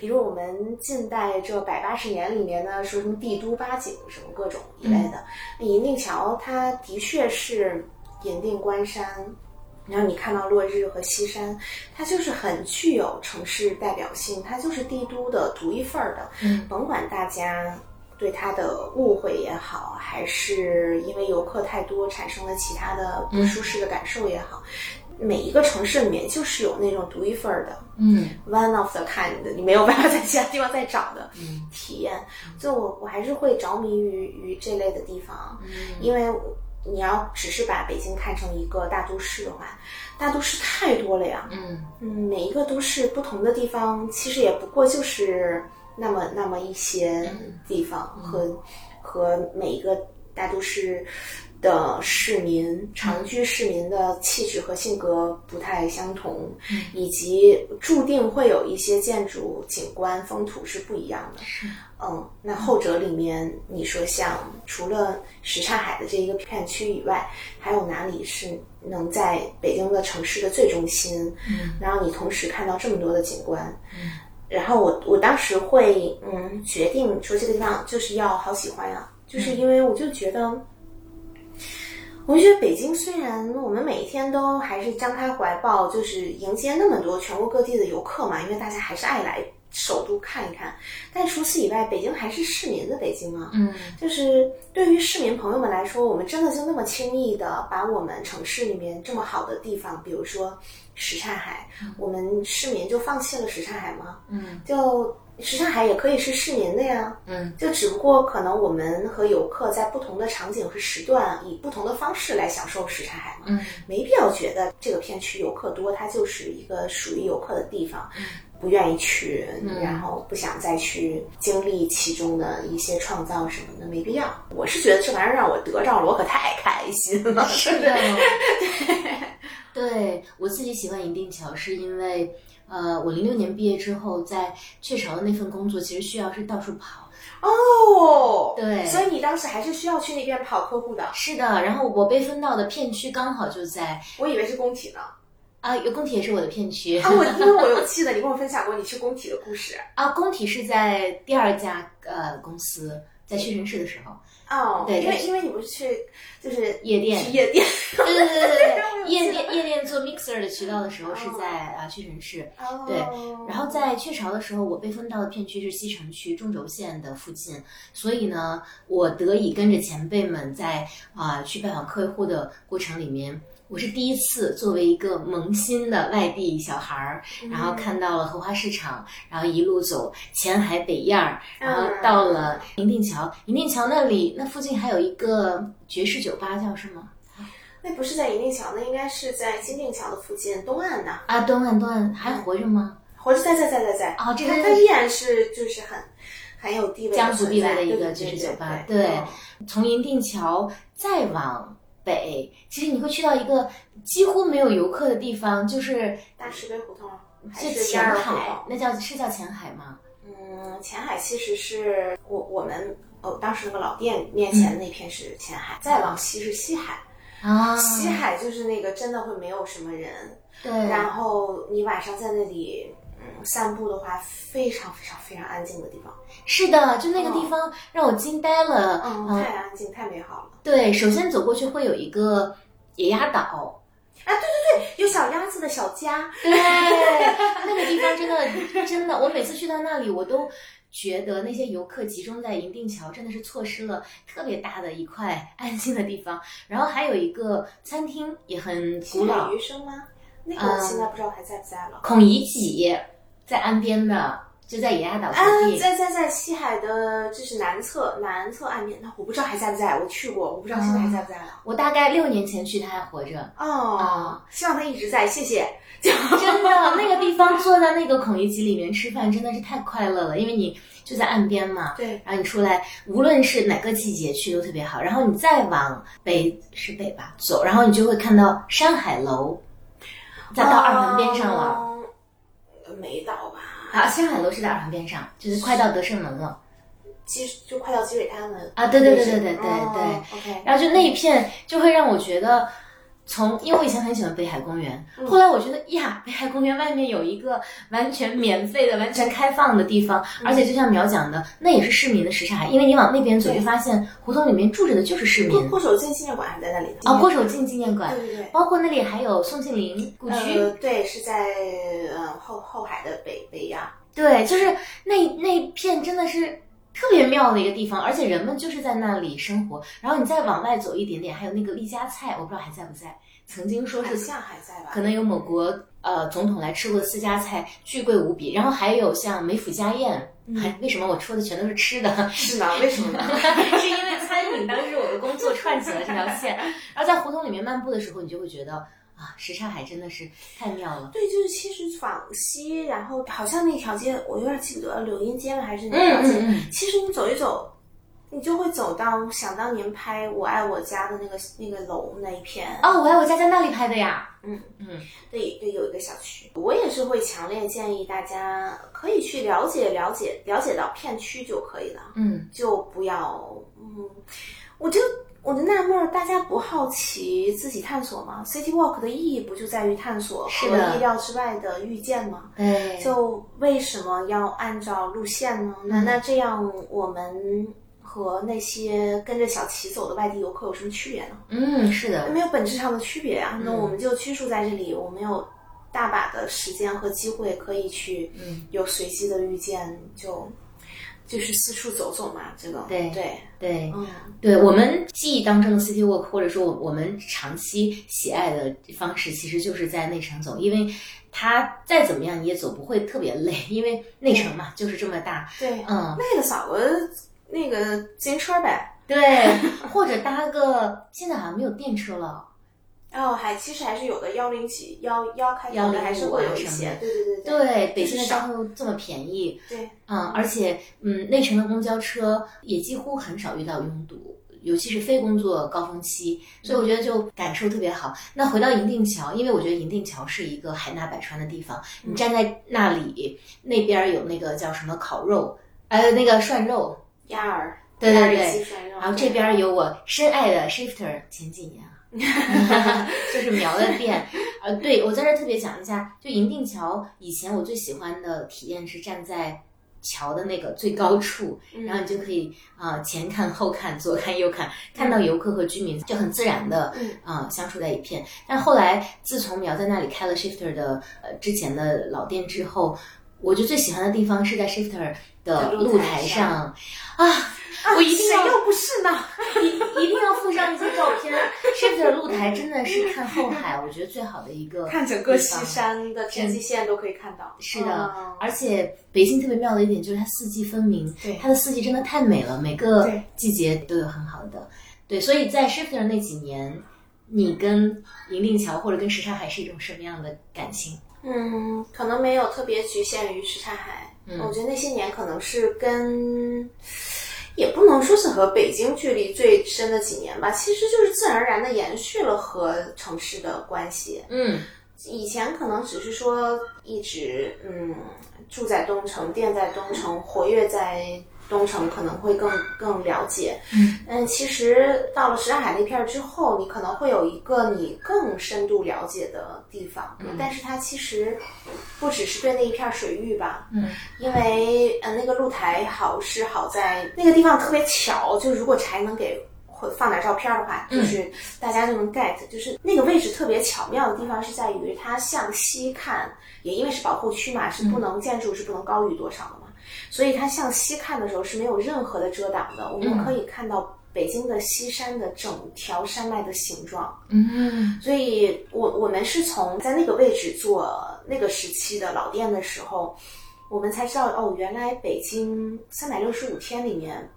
C: 比如我们近代这百八十年里面呢，说什么帝都八景什么各种一类的，那银锭桥它的确是银锭关山。然后你看到落日和西山，它就是很具有城市代表性，它就是帝都的独一份儿的。
A: 嗯
C: 甭管大家对它的误会也好，还是因为游客太多产生了其他的不舒适的感受也好，每一个城市里面就是有那种独一份儿的
A: 嗯
C: one of the kind 的，你没有办法在其他地方再找的
A: 嗯
C: 体验。所以我我还是会着迷于于这类的地方，
A: 嗯
C: 因为我你要只是把北京看成一个大都市的话，大都市太多了呀。
A: 嗯
C: 嗯，每一个都市不同的地方，其实也不过就是那么那么一些地方和、和每一个大都市的市民长居市民的气质和性格不太相同，
A: 嗯
C: 以及注定会有一些建筑景观风土是不一样的。嗯，那后者里面，你说像除了什刹海的这一个片区以外，还有哪里是能在北京的城市的最中心，
A: 嗯
C: 然后你同时看到这么多的景观？
A: 嗯
C: 然后我我当时会嗯决定说这个地方就是要好喜欢啊，就是因为我就觉得，我就觉得北京虽然我们每一天都还是张开怀抱，就是迎接那么多全国各地的游客嘛，因为大家还是爱来首都看一看，但除此以外，北京还是市民的北京啊。
A: 嗯
C: 就是对于市民朋友们来说，我们真的就那么轻易的把我们城市里面这么好的地方，比如说什刹海，我们市民就放弃了什刹海吗？
A: 嗯
C: 就什刹海也可以是市民的呀，
A: 嗯
C: 就只不过可能我们和游客在不同的场景和时段，以不同的方式来享受什刹海嘛，
A: 嗯
C: 没必要觉得这个片区游客多，它就是一个属于游客的地方。
A: 嗯
C: 不愿意去，然后不想再去经历其中的一些创造什么的，没必要。我是觉得这玩意儿让我得着了，我可太开心了。
A: 是的，对我自己喜欢银锭桥，是因为呃，我零六年毕业之后，在雀巢的那份工作，其实需要是到处跑。
C: 哦，
A: 对
C: 所以你当时还是需要去那边跑客户的，
A: 是的，然后我被分到的片区刚好就在
C: 我以为是工体呢。
A: 啊，有工体也是我的片区
C: 啊，我因为我有记得你跟我分享过你去工体的故事。
A: 啊，工体是在第二家呃公司，在屈臣氏的时候，
C: 哦，
A: 对
C: 因为
A: 对
C: 因为你不是去就是
A: 夜店
C: 去夜店，
A: 对对对对
C: 我
A: 对，
C: 记得
A: 夜店夜店做 mixer 的渠道的时候是在啊屈臣氏，对
C: 哦
A: 然后在雀巢的时候，我被分到的片区是西城区中轴线的附近，所以呢，我得以跟着前辈们在啊、去拜访客户的过程里面，我是第一次作为一个萌新的外地小孩儿，
C: 嗯
A: 然后看到了荷花市场，然后一路走前海北燕儿，然后
C: 嗯
A: 到了银锭桥，银锭桥那里那附近还有一个爵士酒吧叫什么？
C: 那不是在银锭桥，那应该是在金锭桥的附近东岸呐。
A: 啊，东岸东岸还活着吗？
C: 活着在在在在在
A: 哦这个
C: 它它依然是就是很很有地位的
A: 江湖地位
C: 存在
A: 的一个
C: 对
A: 爵士
C: 对对
A: 酒吧
C: 对
A: 对从银锭桥再往北，其实你会去到一个几乎没有游客的地方，就是
C: 大石碑胡同还
A: 嗯这
C: 是第
A: 前
C: 二胡
A: 海
C: 同，？
A: 那叫是叫前海吗？
C: 嗯，前海其实是我我们哦，当时那个老店面
A: 嗯
C: 前那片是前海，再往西是西海，
A: 啊，
C: 西海就是那个真的会没有什么人，
A: 对，
C: 然后你晚上在那里。嗯，散步的话，非常非常非常安静的地方，
A: 是的，就那个地方让我惊呆了。
C: 嗯，
A: 啊
C: 太安静，太美好了。
A: 对，首先走过去会有一个野鸭岛，
C: 有小鸭子的小家，
A: 对，那个地方真的真的，我每次去到那里，我都觉得那些游客集中在银锭桥，真的是错失了特别大的一块 安静的地方。然后还有一个餐厅也很古
C: 古
A: 老
C: 老，余生吗？那个
A: 嗯
C: 我现在不知道还在不在了。啊
A: 孔乙己在岸边的，就在野鸭岛
C: 啊
A: 隔，壁。
C: 在在在西海的，就是南侧南侧岸边，那我不知道还在不在，我去过，我不知道现在还在不在了。
A: 我大概六年前去，它还活着。
C: 哦，
A: 嗯
C: 希望它一直在，谢谢。
A: 真的，那个地方坐在那个孔乙己里面吃饭，真的是太快乐了，因为你就在岸边嘛。
C: 对，
A: 然后啊你出来，无论是哪个季节去都特别好。然后你再往北是北吧走，然后你就会看到山海楼，再到二环边上了。
C: 嗯，没到吧？
A: 啊，山海楼是在二环边上，就是快到德胜门了。
C: 其实就快到积水潭了
A: 啊对对对对对对
C: 哦 OK，
A: 然后就那一片就会让我觉得从，因为我以前很喜欢北海公园，后来我觉得呀，北海公园外面有一个完全免费的、完全开放的地方，而且就像苗讲的，那也是市民的什刹海，因为你往那边走就发现胡同里面住着的就是市
C: 郭
A: 民
C: 郭守敬纪念馆还在那里呢。
A: 啊，郭守敬纪念馆
C: 对，嗯对对。
A: 包括那里还有宋庆龄故居，
C: 呃，对，是在呃后后海的北北岸。
A: 对，就是那那一片真的是特别妙的一个地方，而且人们就是在那里生活。然后你再往外走一点点，还有那个丽家菜，我不知道还在不在，曾经说
C: 好
A: 是
C: 像还在吧？
A: 可能有某国呃总统来吃过的私家菜，巨贵无比。然后还有像梅府家宴，
C: 嗯
A: 还为什么我说的全都是吃的？
C: 是呢，为什么呢？
A: 是因为餐饮当时我的工作串起了这条线。然后在胡同里面漫步的时候，你就会觉得啊，什刹海真的是太妙了。
C: 对，就是其实往西，然后好像那条街，我有点记不得，柳荫街吗？还是哪
A: 嗯
C: 条街？
A: 嗯嗯，
C: 其实你走一走，你就会走到想当年拍《我爱我家》的那个那个楼那一片。
A: 哦，我爱我家在那里拍的呀。
C: 对对，有一个小区，我也是会强烈建议大家可以去了解了解了解到片区就可以了，
A: 嗯。
C: 就不要嗯，我就。我就纳闷儿，大家不好奇自己探索吗？City Walk 的意义不就在于探索
A: 是
C: 和
A: 的
C: 意料之外的遇见吗？
A: 对，
C: 就为什么要按照路线呢？
A: 嗯
C: 难道这样我们和那些跟着小齐走的外地游客有什么区别呢？
A: 嗯，是的，
C: 没有本质上的区别啊。那我
A: 嗯
C: 们就拘束在这里，我们有大把的时间和机会可以去
A: 嗯
C: 有随机的遇见，就就是四处走走嘛。这个
A: 对
C: 对，
A: 对，
C: 嗯，
A: 对我们记忆当中的 city walk，或者说我我们长期喜爱的方式，其实就是在内城走，因为它再怎么样你也走不会特别累， 因为内城嘛就是这么 大，
C: 对，
A: 嗯，
C: 那个扫个那个自行车呗。
A: 对，或者搭个现在好像没有电车了，
C: 哦，还其实还是有的，幺零几幺幺啊开头的
A: 105
C: 还是会有一
A: 什么
C: 些
A: 的，
C: 对对对 对
A: 对，北京的
C: 就是少
A: 交通这么便宜，
C: 对，
A: 嗯，而且嗯，内城的公交车也几乎很少遇到拥堵，尤其是非工作高峰期，所以我觉得就感受特别好。那回到银锭桥，因为我觉得银锭桥是一个海纳百川的地方，你站在那里，那边儿有那个叫什么烤肉，呃，那个涮肉，
C: 鸭儿，
A: 对对
C: 鸭儿
A: 对
C: 鸡涮肉
A: 然后这边儿 有我深爱的 Shifter，前几年啊，就是苗的店，呃，对我在这儿特别讲一下，就银锭桥以前我最喜欢的体验是站在桥的那个最高处，
C: 嗯
A: 然后你就可以啊、呃前看后看左看右看，看到游客和居民就很自然的
C: 嗯
A: 啊、呃相处在一片。但后来自从苗在那里开了 Shifter 的呃之前的老店之后。我就最喜欢的地方是在 Shifter 的露台上，啊，我一定要
C: 谁又不是呢？
A: 一一定要附上一些照片。Shifter 露台真的是看后海，我觉得最好的一个
D: 看整
A: 个
C: 个
A: 西
C: 西山的天际线都可以看到。
A: 是的
C: 嗯，
A: 而且北京特别妙的一点就是它四季分明，
D: 对
A: 它的四季真的太美了，每个
D: 对
A: 季节都有很好的，对，所以在 Shifter 那几年，你跟银锭桥或者跟什刹海是一种什么样的感情？
C: 嗯，可能没有特别局限于什刹海。
A: 嗯
C: 我觉得那些年可能是跟，也不能说是和北京距离最深的几年吧，其实就是自然而然的延续了和城市的关系。
A: 嗯
C: 以前可能只是说一直嗯住在东城，店在东城，活跃在东城，可能会更更了解。
A: 嗯
C: 其实到了什刹海那片儿之后，你可能会有一个你更深度了解的地方，但是它其实不只是对那一片水域吧，
A: 嗯
C: 因为呃那个露台好是好在那个地方特别巧，就如果柴能给会放点照片的话，就是大家就能 get，、就是那个位置特别巧妙的地方是在于它向西看，也因为是保护区嘛，是不能建筑是不能高于多少的嘛，所以它向西看的时候是没有任何的遮挡的，我们可以看到北京的西山的整条山脉的形状。
A: 嗯
C: 所以我我们是从在那个位置做那个时期的老店的时候，我们才知道哦，原来北京三百六十五天里面，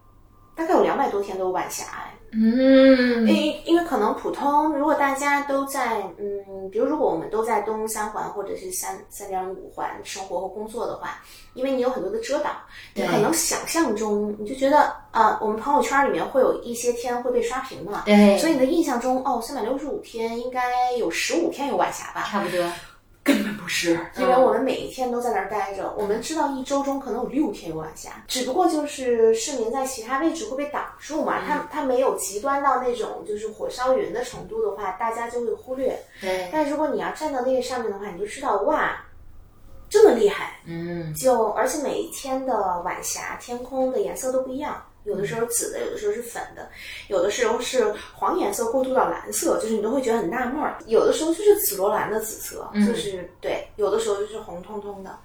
C: 大概有两百多天都有晚霞哎。因
A: 嗯
C: 为因为可能普通，如果大家都在嗯，比如如果我们都在东三环或者是三三点五环生活和工作的话，因为你有很多的遮挡，你
A: 对
C: 可能想象中你就觉得啊、我们朋友圈里面会有一些天会被刷屏嘛，
A: 对，
C: 所以你的印象中，哦，三百六十五天应该有十五天有晚霞吧？
A: 差不多，
C: 根本不是，嗯因为我们每一天都在那儿待着，我们知道一周中可能有六天有晚霞，只不过就是市民在其他位置会被挡住嘛，它它没有极端到那种就是火烧云的程度的话，大家就会忽略。
A: 对，
C: 但如果你要站到那个上面的话，你就知道哇，这么厉害，
A: 嗯
C: 就而且每一天的晚霞，天空的颜色都不一样，有的时候紫的，有的时候是粉的，有的时候是黄颜色过渡到蓝色，就是你都会觉得很纳闷儿。有的时候就是紫罗兰的紫色，就是对，有的时候就是红彤彤的。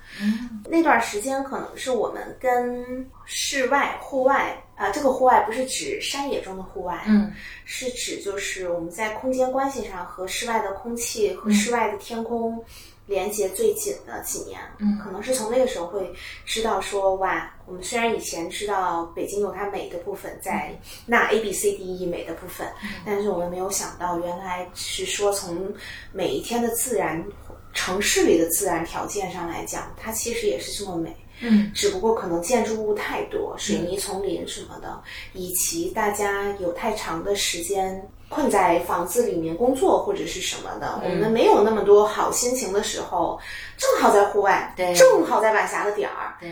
C: 那段时间可能是我们跟室外、户外啊、这个户外不是指山野中的户外，
A: 嗯
C: 是指就是我们在空间关系上和室外的空气和室外的天空连接最紧的几年，
A: 嗯
C: 可能是从那个时候会知道说哇，我们虽然以前知道北京有它美的部分在那 A B C D E 美的部分，但是我们没有想到原来是说从每一天的自然城市里的自然条件上来讲，它其实也是这么美。
A: 嗯
C: 只不过可能建筑物太多，水泥丛林什么的，以及大家有太长的时间困在房子里面工作或者是什么的，
A: 嗯
C: 我们没有那么多好心情的时候，正好在户外，
A: 对
C: 正好在晚霞的点儿，
A: 对，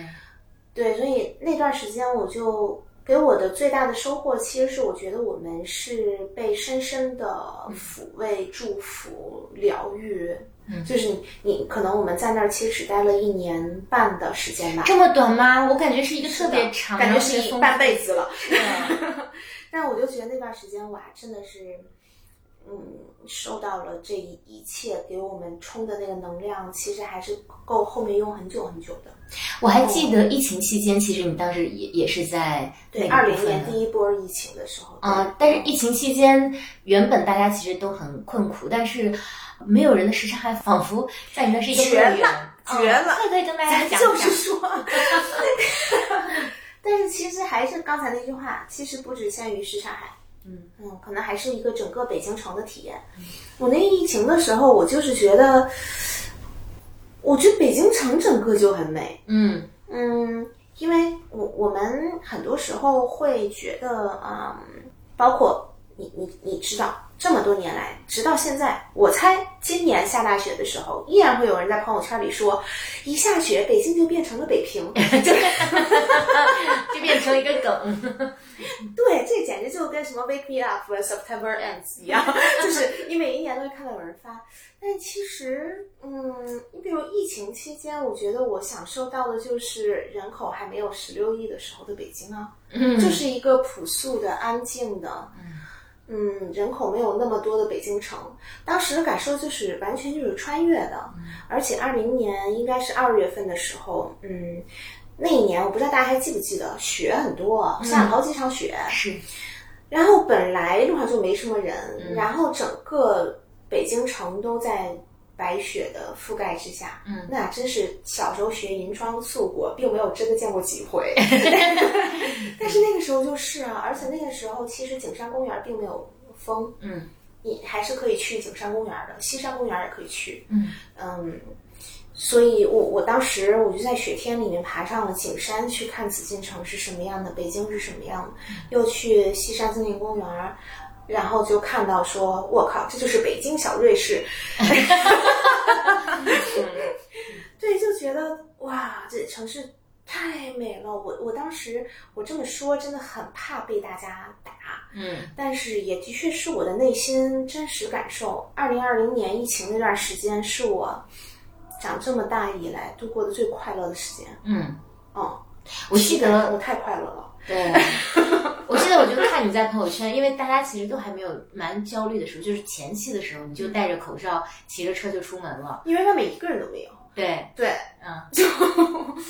C: 对，所以那段时间我就给我的最大的收获，其实是我觉得我们是被深深的抚慰、祝福、疗愈。
A: 嗯
C: 就是你，你可能我们在那儿其实只待了一年半的时间吧，
A: 这么短吗？我感觉是一个特
C: 是
A: 别
C: 的
A: 长，
C: 感觉是一半辈子了。
A: 子，
C: 但我就觉得那段时间哇，真的是，嗯，受到了这一一切给我们冲的那个能量，其实还是够后面用很久很久的。
A: 我还记得疫情期间，其实你当时也也是在
C: 对，
A: 那
C: 二
A: 个部
C: 零
A: 分
C: 年
A: 的
C: 第一波疫情的时候，
A: 啊、
C: 对
A: 但是疫情期间，原本大家其实都很困苦，但是没有人的时差还仿佛在你那是一个
C: 绝
A: 乐园，
C: 绝了
A: 嗯可以可以跟大家讲一讲，
C: 就是 说，但是其实还是刚才那句话，其实不只限于什刹海，
A: 嗯
C: 嗯，可能还是一个整个北京城的体验。我那疫情的时候，我就是觉得，我觉得北京城整个就很美，
A: 嗯
C: 嗯，因为我我们很多时候会觉得，嗯，包括你你你知道，这么多年来，直到现在，我猜今年下大雪的时候，依然会有人在朋友圈里说，一下雪北京就变成了北平， 就是
A: 就变成一个梗。
C: 对，这简直就跟什么 Wake Me Up When September Ends 一样， 就是你每一年都会看到有人发。但其实，嗯，你比如疫情期间，我觉得我享受到的就是人口还没有十六亿的时候的北京啊，
A: 嗯
C: 就是一个朴素的、安静的，嗯，人口没有那么多的北京城。当时的感受就是完全就是穿越的，而且二零年应该是二月份的时候，嗯。那一年我不知道大家还记不记得，雪很多，下了好几场雪。
A: 是，
C: 然后本来路上就没什么人，
A: 嗯
C: 然后整个北京城都在白雪的覆盖之下，
A: 嗯
C: 那真是小时候学银川素裹，并没有真的见过几 回。但是那个时候就是啊，而且那个时候其实景山公园并没有封，
A: 嗯
C: 你还是可以去景山公园的，西山公园也可以去。
A: 嗯
C: 嗯，所以我我当时我就在雪天里面爬上了景山去看紫禁城是什么样的，北京是什么样的，又去西山森林公园儿，然后就看到说，我靠，这就是北京小瑞士。对，就觉得哇，这城市太美了。我我当时我这么说真的很怕被大家打，
A: 嗯
C: 但是也的确是我的内心真实感受。二零二零年疫情那段时间是我长这么大以来度过的最快乐的时间。
A: 嗯，
C: 嗯，
A: 我记得
C: 我太快乐了。
A: 对，我记得我就看你在朋友圈，因为大家其实都还没有蛮焦虑的时候，就是前期的时候，你就戴着口罩骑着车就出门了。
C: 因为外面一个人都没有。
A: 对，
C: 对，
A: 嗯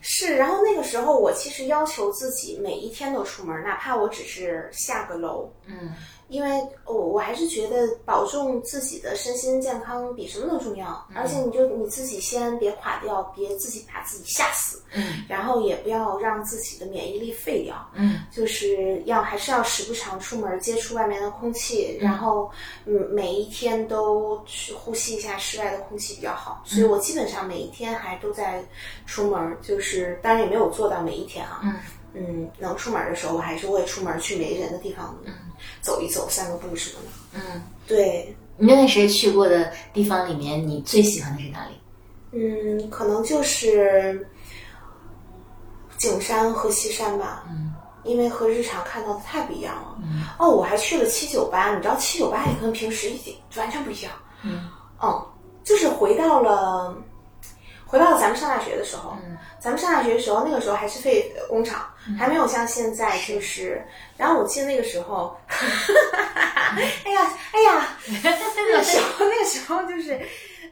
C: 是。然后那个时候，我其实要求自己每一天都出门，哪怕我只是下个楼，
A: 嗯
C: 因为我我还是觉得保重自己的身心健康比什么都重要。
A: 嗯
C: 而且你就你自己先别垮掉，别自己把自己吓死，
A: 嗯
C: 然后也不要让自己的免疫力废掉。
A: 嗯
C: 就是要还是要时不常出门接触外面的空气，然后嗯每一天都去呼吸一下室外的空气比较好。所以我基本上每一天还都在出门，就是当然也没有做到每一天啊，
A: 嗯
C: 嗯，能出门的时候我还是会出门去没人的地方走一走、散个步什么的。
A: 嗯。
C: 对，
A: 你那段时间去过的地方里面，你最喜欢的是哪里？
C: 嗯，可能就是景山和西山吧，
A: 嗯
C: 因为和日常看到的太不一样了。
A: 嗯
C: 哦，我还去了七九八，你知道七九八也跟平时一点完全不一样，
A: 嗯
C: 嗯，就是回到了，回到了咱们上大学的时候，
A: 嗯
C: 咱们上大学的时候，那个时候还是废呃工厂，还没有像现在就是，然后我记得那个时候，哎呀哎呀，那个时候那个时候就是，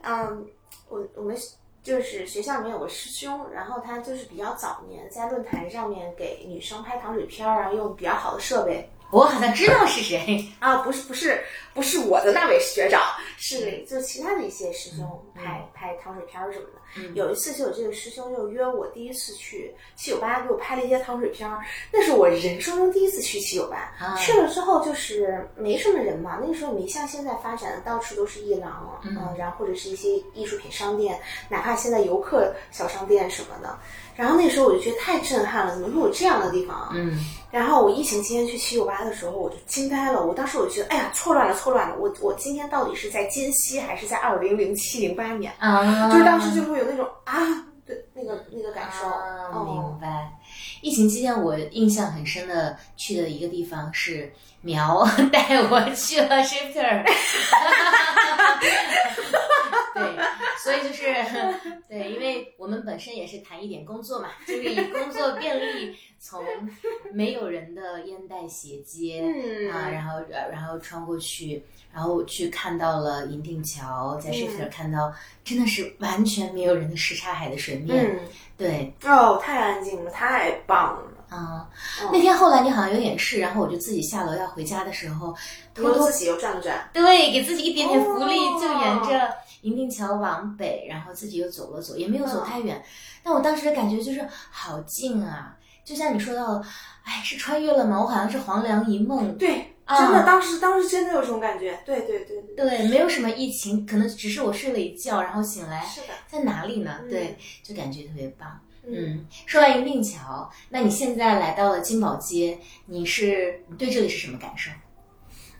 C: 嗯，我我们就是学校里面有个师兄，然后他就是比较早年在论坛上面给女生拍糖水片儿啊，然后用比较好的设备。
A: 我好像知道是谁。
C: 啊，不是不是不是我的那位学长，是就其他的一些师兄拍、拍糖水片儿什么的。
A: 嗯
C: 有一次就有这个师兄就约我第一次去七九八，给我拍了一些糖水片儿，那是我人生中第一次去七九八。
A: 啊
C: 去了之后就是没什么人嘛，那个时候也没像现在发展的到处都是艺廊，嗯、然后或者是一些艺术品商店，哪怕现在游客小商店什么的。然后那时候我就觉得太震撼了，怎么会有这样的地方啊？
A: 嗯
C: 然后我疫情期间去七九八的时候，我就惊呆了。我当时我就觉得，哎呀，错乱了，错乱了。我我今天到底是在今夕还是在二零零七零八年？
A: 啊，
C: 就是当时就会有那种啊，对，那个那个感受。
A: 啊
C: 哦
A: 明白。疫情期间，我印象很深的去的一个地方是苗 带我去了 Shifter。对，所以就是对，因为我们本身也是谈一点工作嘛，就是以工作便利，从没有人的烟袋斜街，
C: 嗯
A: 啊，然后呃然后穿过去，然后去看到了银锭桥，
C: 嗯
A: 在 Shifter 看到真的是完全没有人的什刹海的水面，
C: 嗯，
A: 对，
C: 哦，太安静了，太棒了。
A: 啊、
C: 嗯
A: 那天后来你好像有点事，然后我就自己下楼要回家的时候，偷
C: 我
A: 偷
C: 自己又转了转，
A: 对给自己一点点福利，
C: 哦
A: 就沿着银锭桥往北，然后自己又走了走，也没有
C: 嗯
A: 走太远。但我当时的感觉就是好近啊，就像你说到的，哎，是穿越了吗？我好像是黄粱一梦。
C: 对，
A: 啊
C: 真的，当时当时真的有这种感觉。对对对对，
A: 对，没有什么疫情，可能只是我睡了一觉，然后醒来
C: 是的，
A: 在哪里呢？
C: 嗯
A: 对，就感觉特别棒。嗯，说完银锭桥，那你现在来到了金宝街，你是你对这里是什么感受？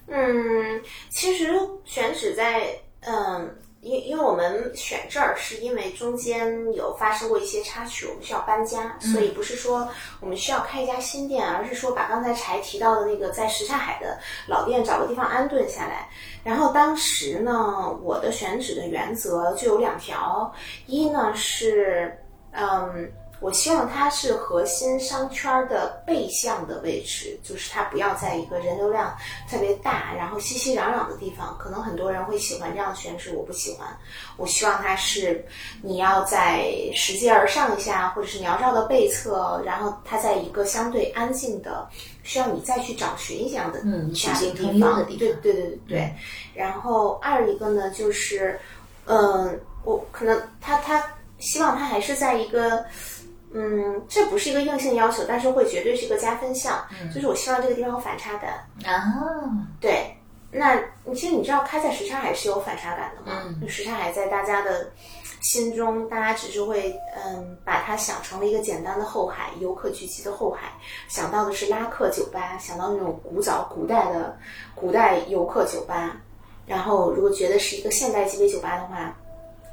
C: 嗯，其实选址在嗯，因因为我们选这儿是因为中间有发生过一些插曲，我们需要搬家，所以不是说我们需要开一家新店，而是说把刚才柴提到的那个在什刹海的老店找个地方安顿下来。然后当时呢，我的选址的原则就有两条，一呢是嗯。我希望它是核心商圈的背向的位置，就是它不要在一个人流量特别大，然后熙熙攘攘的地方。可能很多人会喜欢这样的选址，我不喜欢。我希望它是你要在拾阶而上一下，或者是鸟巢的背侧，然后它在一个相对安静的，需要你再去找寻这样的
A: 嗯
C: 这样
A: 取景
C: 的地
A: 同游
C: 方。
A: 的地
C: 对
A: 方嗯
C: 对对对对。然后二一个呢，就是嗯，我可能他他希望他还是在一个，嗯，这不是一个硬性要求，但是会绝对是一个加分项。就是我希望这个地方有反差感。
A: 啊，
C: 对，那你其实你知道开在什刹海是有反差感的嘛？
A: 嗯
C: 就什刹海在大家的心中，大家只是会嗯把它想成了一个简单的后海，游客聚集的后海，想到的是拉客酒吧，想到那种古早古代的古代游客酒吧。然后如果觉得是一个现代级别酒吧的话，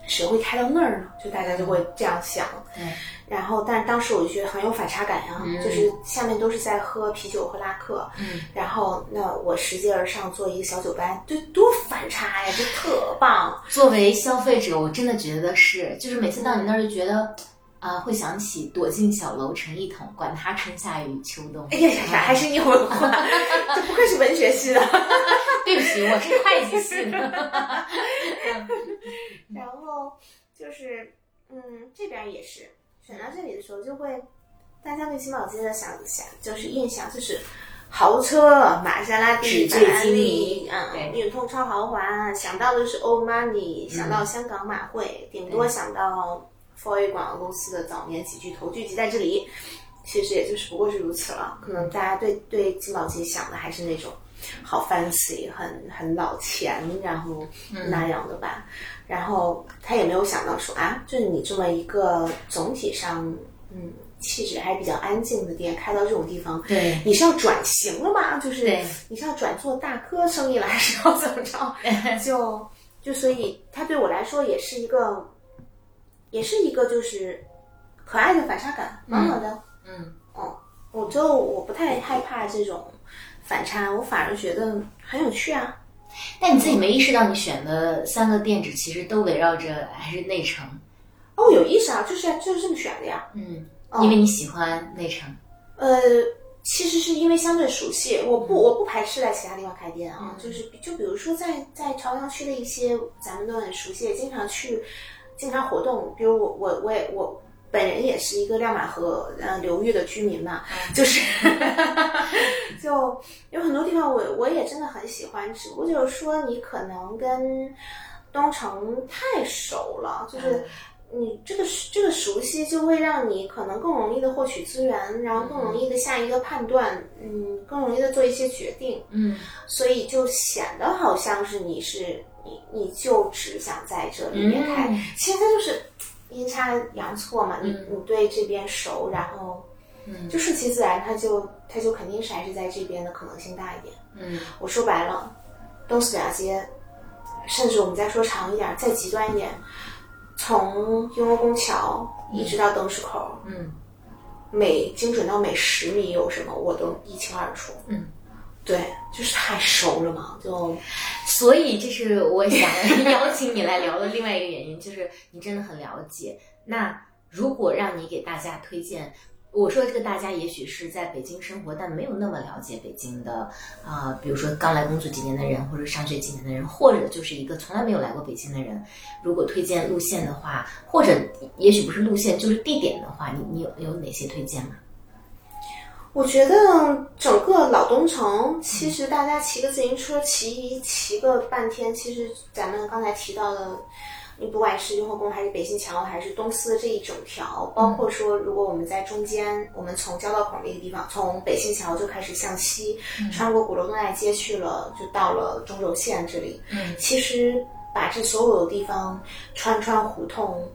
C: 谁会开到那儿呢？就大家就会这样想。
A: 对，
C: 然后，但当时我就觉得很有反差感呀、
A: 嗯
C: 就是下面都是在喝啤酒和拉客，
A: 嗯
C: 然后那我拾阶而上做一个小酒吧，这多反差呀，这特棒。
A: 作为消费者，我真的觉得是，就是每次到你那儿就觉得，啊、会想起躲进小楼成一统，管它春夏与秋冬。啊
C: 哎呀呀呀，还是你有文化， 这不愧是文学系的。
A: 对不起，我是会计系 的。
C: 然后就是，嗯，这边也是选到这里的时候，就会大家对金宝街的想想就是印象就是豪车、玛莎拉蒂、
A: 纸醉
C: 法拉
A: 金
C: 利
A: 迷，
C: 嗯，
A: 对
C: 运通超豪华，想到的是 Old Money，
A: 嗯
C: 想到香港马会，顶多想到 For A 广告公司的早年几巨头聚集在这里。其实也就是不过是如此了，可能
A: 嗯
C: 大家对对金宝街想的还是那种好 fancy，很很老钱，然后那样的吧。然后他也没有想到说啊，就是你这么一个总体上，嗯，气质还比较安静的店，开到这种地方，
A: 对，
C: 你是要转型了吗？就是
A: 对
C: 你是要转做大哥生意了，还是要怎么 着？就就所以，它对我来说也是一个，也是一个就是可爱的反差感，蛮好的。
A: 嗯，
C: 哦，我就我不太害怕这种反差，我反而觉得很有趣啊。
A: 但你自己没意识到，你选的三个店址其实都围绕着还是内城。
C: 哦，有意思啊，就是就是这么选的呀。
A: 嗯，
C: 哦
A: 因为你喜欢内城。
C: 呃，其实是因为相对熟悉，我不、我不排斥在其他地方开店啊，就是比就比如说在在朝阳区的一些咱们都很熟悉，也经常去，经常活动，比如我我我也我。本人也是一个亮马河呃流域的居民嘛，就是 就有很多地方我我也真的很喜欢，只不过就是说你可能跟东城太熟了，就是。你这个这个熟悉就会让你可能更容易的获取资源，然后更容易的下一个判断，嗯，更容易的做一些决定，
A: 嗯，
C: 所以就显得好像是你是你你就只想在这里面开，
A: 嗯
C: 其实它就是阴差阳错嘛，你你对这边熟，然后就顺其自然，它就它就肯定是还是在这边的可能性大一点。
A: 嗯，
C: 我说白了，东四条街，甚至我们再说长一点，再极端一点，从雍和宫桥一直到灯市口，
A: 嗯，
C: 每精准到每十米有什么，我都一清二楚。
A: 嗯，
C: 对，就是太熟了嘛，就
A: 所以这是我想邀请你来聊的另外一个原因， 就是你真的很了解。那如果让你给大家推荐，我说这个大家也许是在北京生活，但没有那么了解北京的啊、呃比如说刚来工作几年的人，或者上学几年的人，或者就是一个从来没有来过北京的人，如果推荐路线的话，或者也许不是路线，就是地点的话，你你有有哪些推荐吗？
C: 我觉得整个老东城，其实大家骑个自行车骑骑个半天，其实咱们刚才提到的，你不管是雍和宫还是北新桥，还是东四这一整条，包括说如果我们在中间，我们从交道口那个地方，从北新桥就开始向西，穿过鼓楼东大街去了，就到了中轴线这里。
A: 嗯，
C: 其实把这所有的地方穿穿胡同，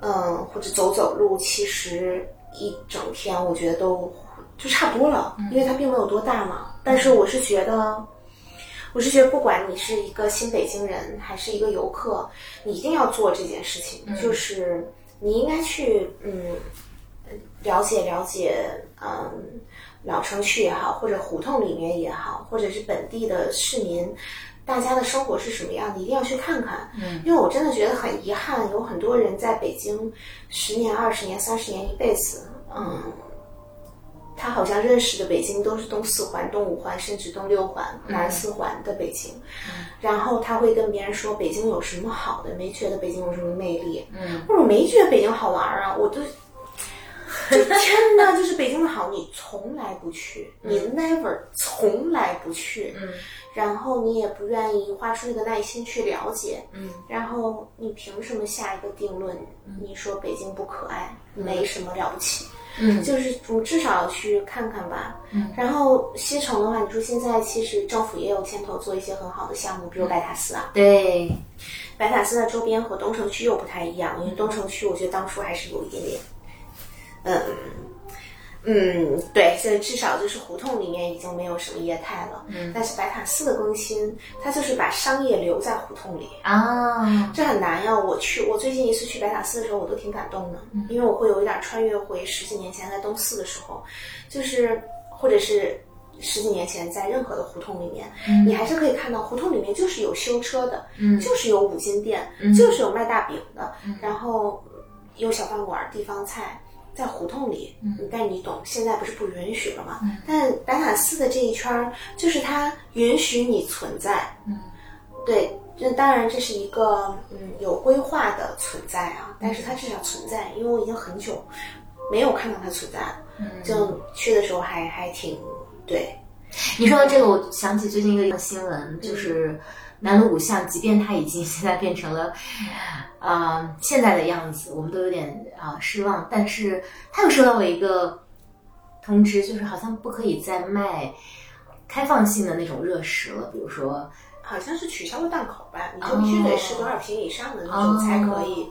C: 嗯，或者走走路，其实一整天我觉得都就差不多了，因为它并没有多大嘛。但是我是觉得，我是觉得，不管你是一个新北京人还是一个游客，你一定要做这件事情，就是你应该去嗯了解了解，嗯，老城区也好，或者胡同里面也好，或者是本地的市民。大家的生活是什么样的，一定要去看看。嗯，因为我真的觉得很遗憾，有很多人在北京十年、二十年、三十年、一辈子，嗯，他好像认识的北京都是东四环、东五环，甚至东六环、南四环的北京。然后他会跟别人说北京有什么好的，没觉得北京有什么魅力。嗯，我说我没觉得北京好玩儿啊，我就。 就真的就是北京的好，你从来不去，你 never 从来不去，嗯，然后你也不愿意花出那个耐心去了解，嗯，然后你凭什么下一个定论？你说北京不可爱，没什么了不起，嗯，就是你至少去看看吧，嗯，然后西城的话，你说现在其实政府也有牵头做一些很好的项目，比如白塔寺啊，
A: 对，
C: 白塔寺的周边和东城区又不太一样，因为东城区我觉得当初还是有一点点，嗯嗯，对，现在至少就是胡同里面已经没有什么业态了。嗯，但是白塔寺的更新，它就是把商业留在胡同里，
A: 啊，
C: 这很难呀。我去，我最近一次去白塔寺的时候，我都挺感动的，因为我会有一点穿越回十几年前在东四的时候，就是或者是。十几年前，在任何的胡同里面，你还是可以看到胡同里面就是有修车的，就是有五金店，就是有卖大饼的，然后有小饭馆、地方菜，在胡同里。但你懂，现在不是不允许了吗？但白塔寺的这一圈儿，就是它允许你存在。嗯，对，这当然这是一个嗯有规划的存在啊，但是它至少存在，因为我已经很久没有看到它存在了。
A: 嗯
C: 就去的时候还还挺对，
A: 你说到这个，我想起最近一个新闻，就是南锣鼓巷，即便它已经现在变成了，呃，现在的样子，我们都有点啊、呃失望，但是它又收到了一个通知，就是好像不可以再卖开放性的那种热食了，比如说
C: 好像是取消了档口吧，你就必须得是多少平以上的那种才可
A: 哦
C: 以。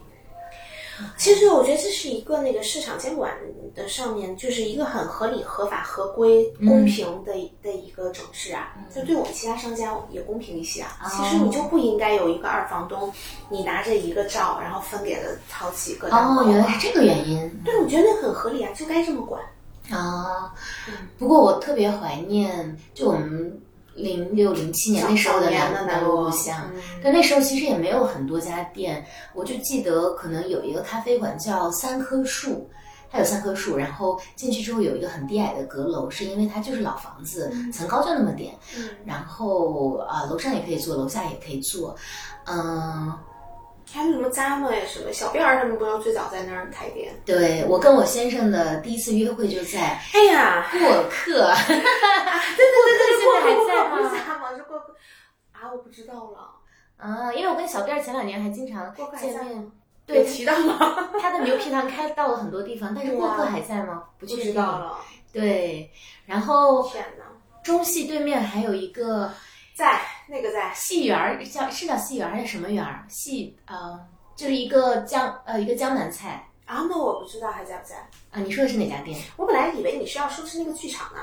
C: 其实我觉得这是一个那个市场监管的上面，就是一个很合理、合法、合规、公平的、的一个整治啊，
A: 嗯
C: 就对我们其他商家也公平一些
A: 哦
C: 啊。其实你就不应该有一个二房东，你拿着一个照，然后分给了好几个档
A: 哦
C: 口，
A: 原来是这个原因
C: 对，我觉得那很合理啊，就该这么管。
A: 啊。不过我特别怀念，就我们零六零七年那时候的
C: 早年的嗯
A: 南南锣鼓嗯巷，但那时候其实也没有很多家店，我就记得可能有一个咖啡馆叫三棵树。它有三棵树，然后进去之后有一个很低矮的阁楼，是因为它就是老房子，层高就那么点。
C: 嗯
A: 然后啊、呃楼上也可以坐，楼下也可以坐。嗯、
C: 还有什么咂么呀，什么小辫儿他们不是最早在那儿开店？
A: 对我跟我先生的第一次约会就在
C: 哎呀，
A: 过客，
C: 对对对对，
A: 现在还在吗
C: 不是咂吗？是过客啊，我不知道了，
A: 啊，因为我跟小辫儿前两年还经常
C: 过客还在
A: 见面
C: 吗。
A: 对
C: 有提到吗？
A: 他的牛皮糖开到了很多地方，但是
C: 对
A: 过
C: 啊
A: 客还在吗？ 不
C: 不
A: 确
C: 知
A: 定。
C: 道了，
A: 对，然后
C: 天哪！
A: 中戏对面还有一个
C: 在那个在，
A: 戏园儿，叫是叫戏园儿还是什么园儿？戏呃，就是一个江呃一个江南菜
C: 啊，那我不知道还在不在。
A: 啊。你说的是哪家店
C: 我本来以为你是要说是那个剧场呢，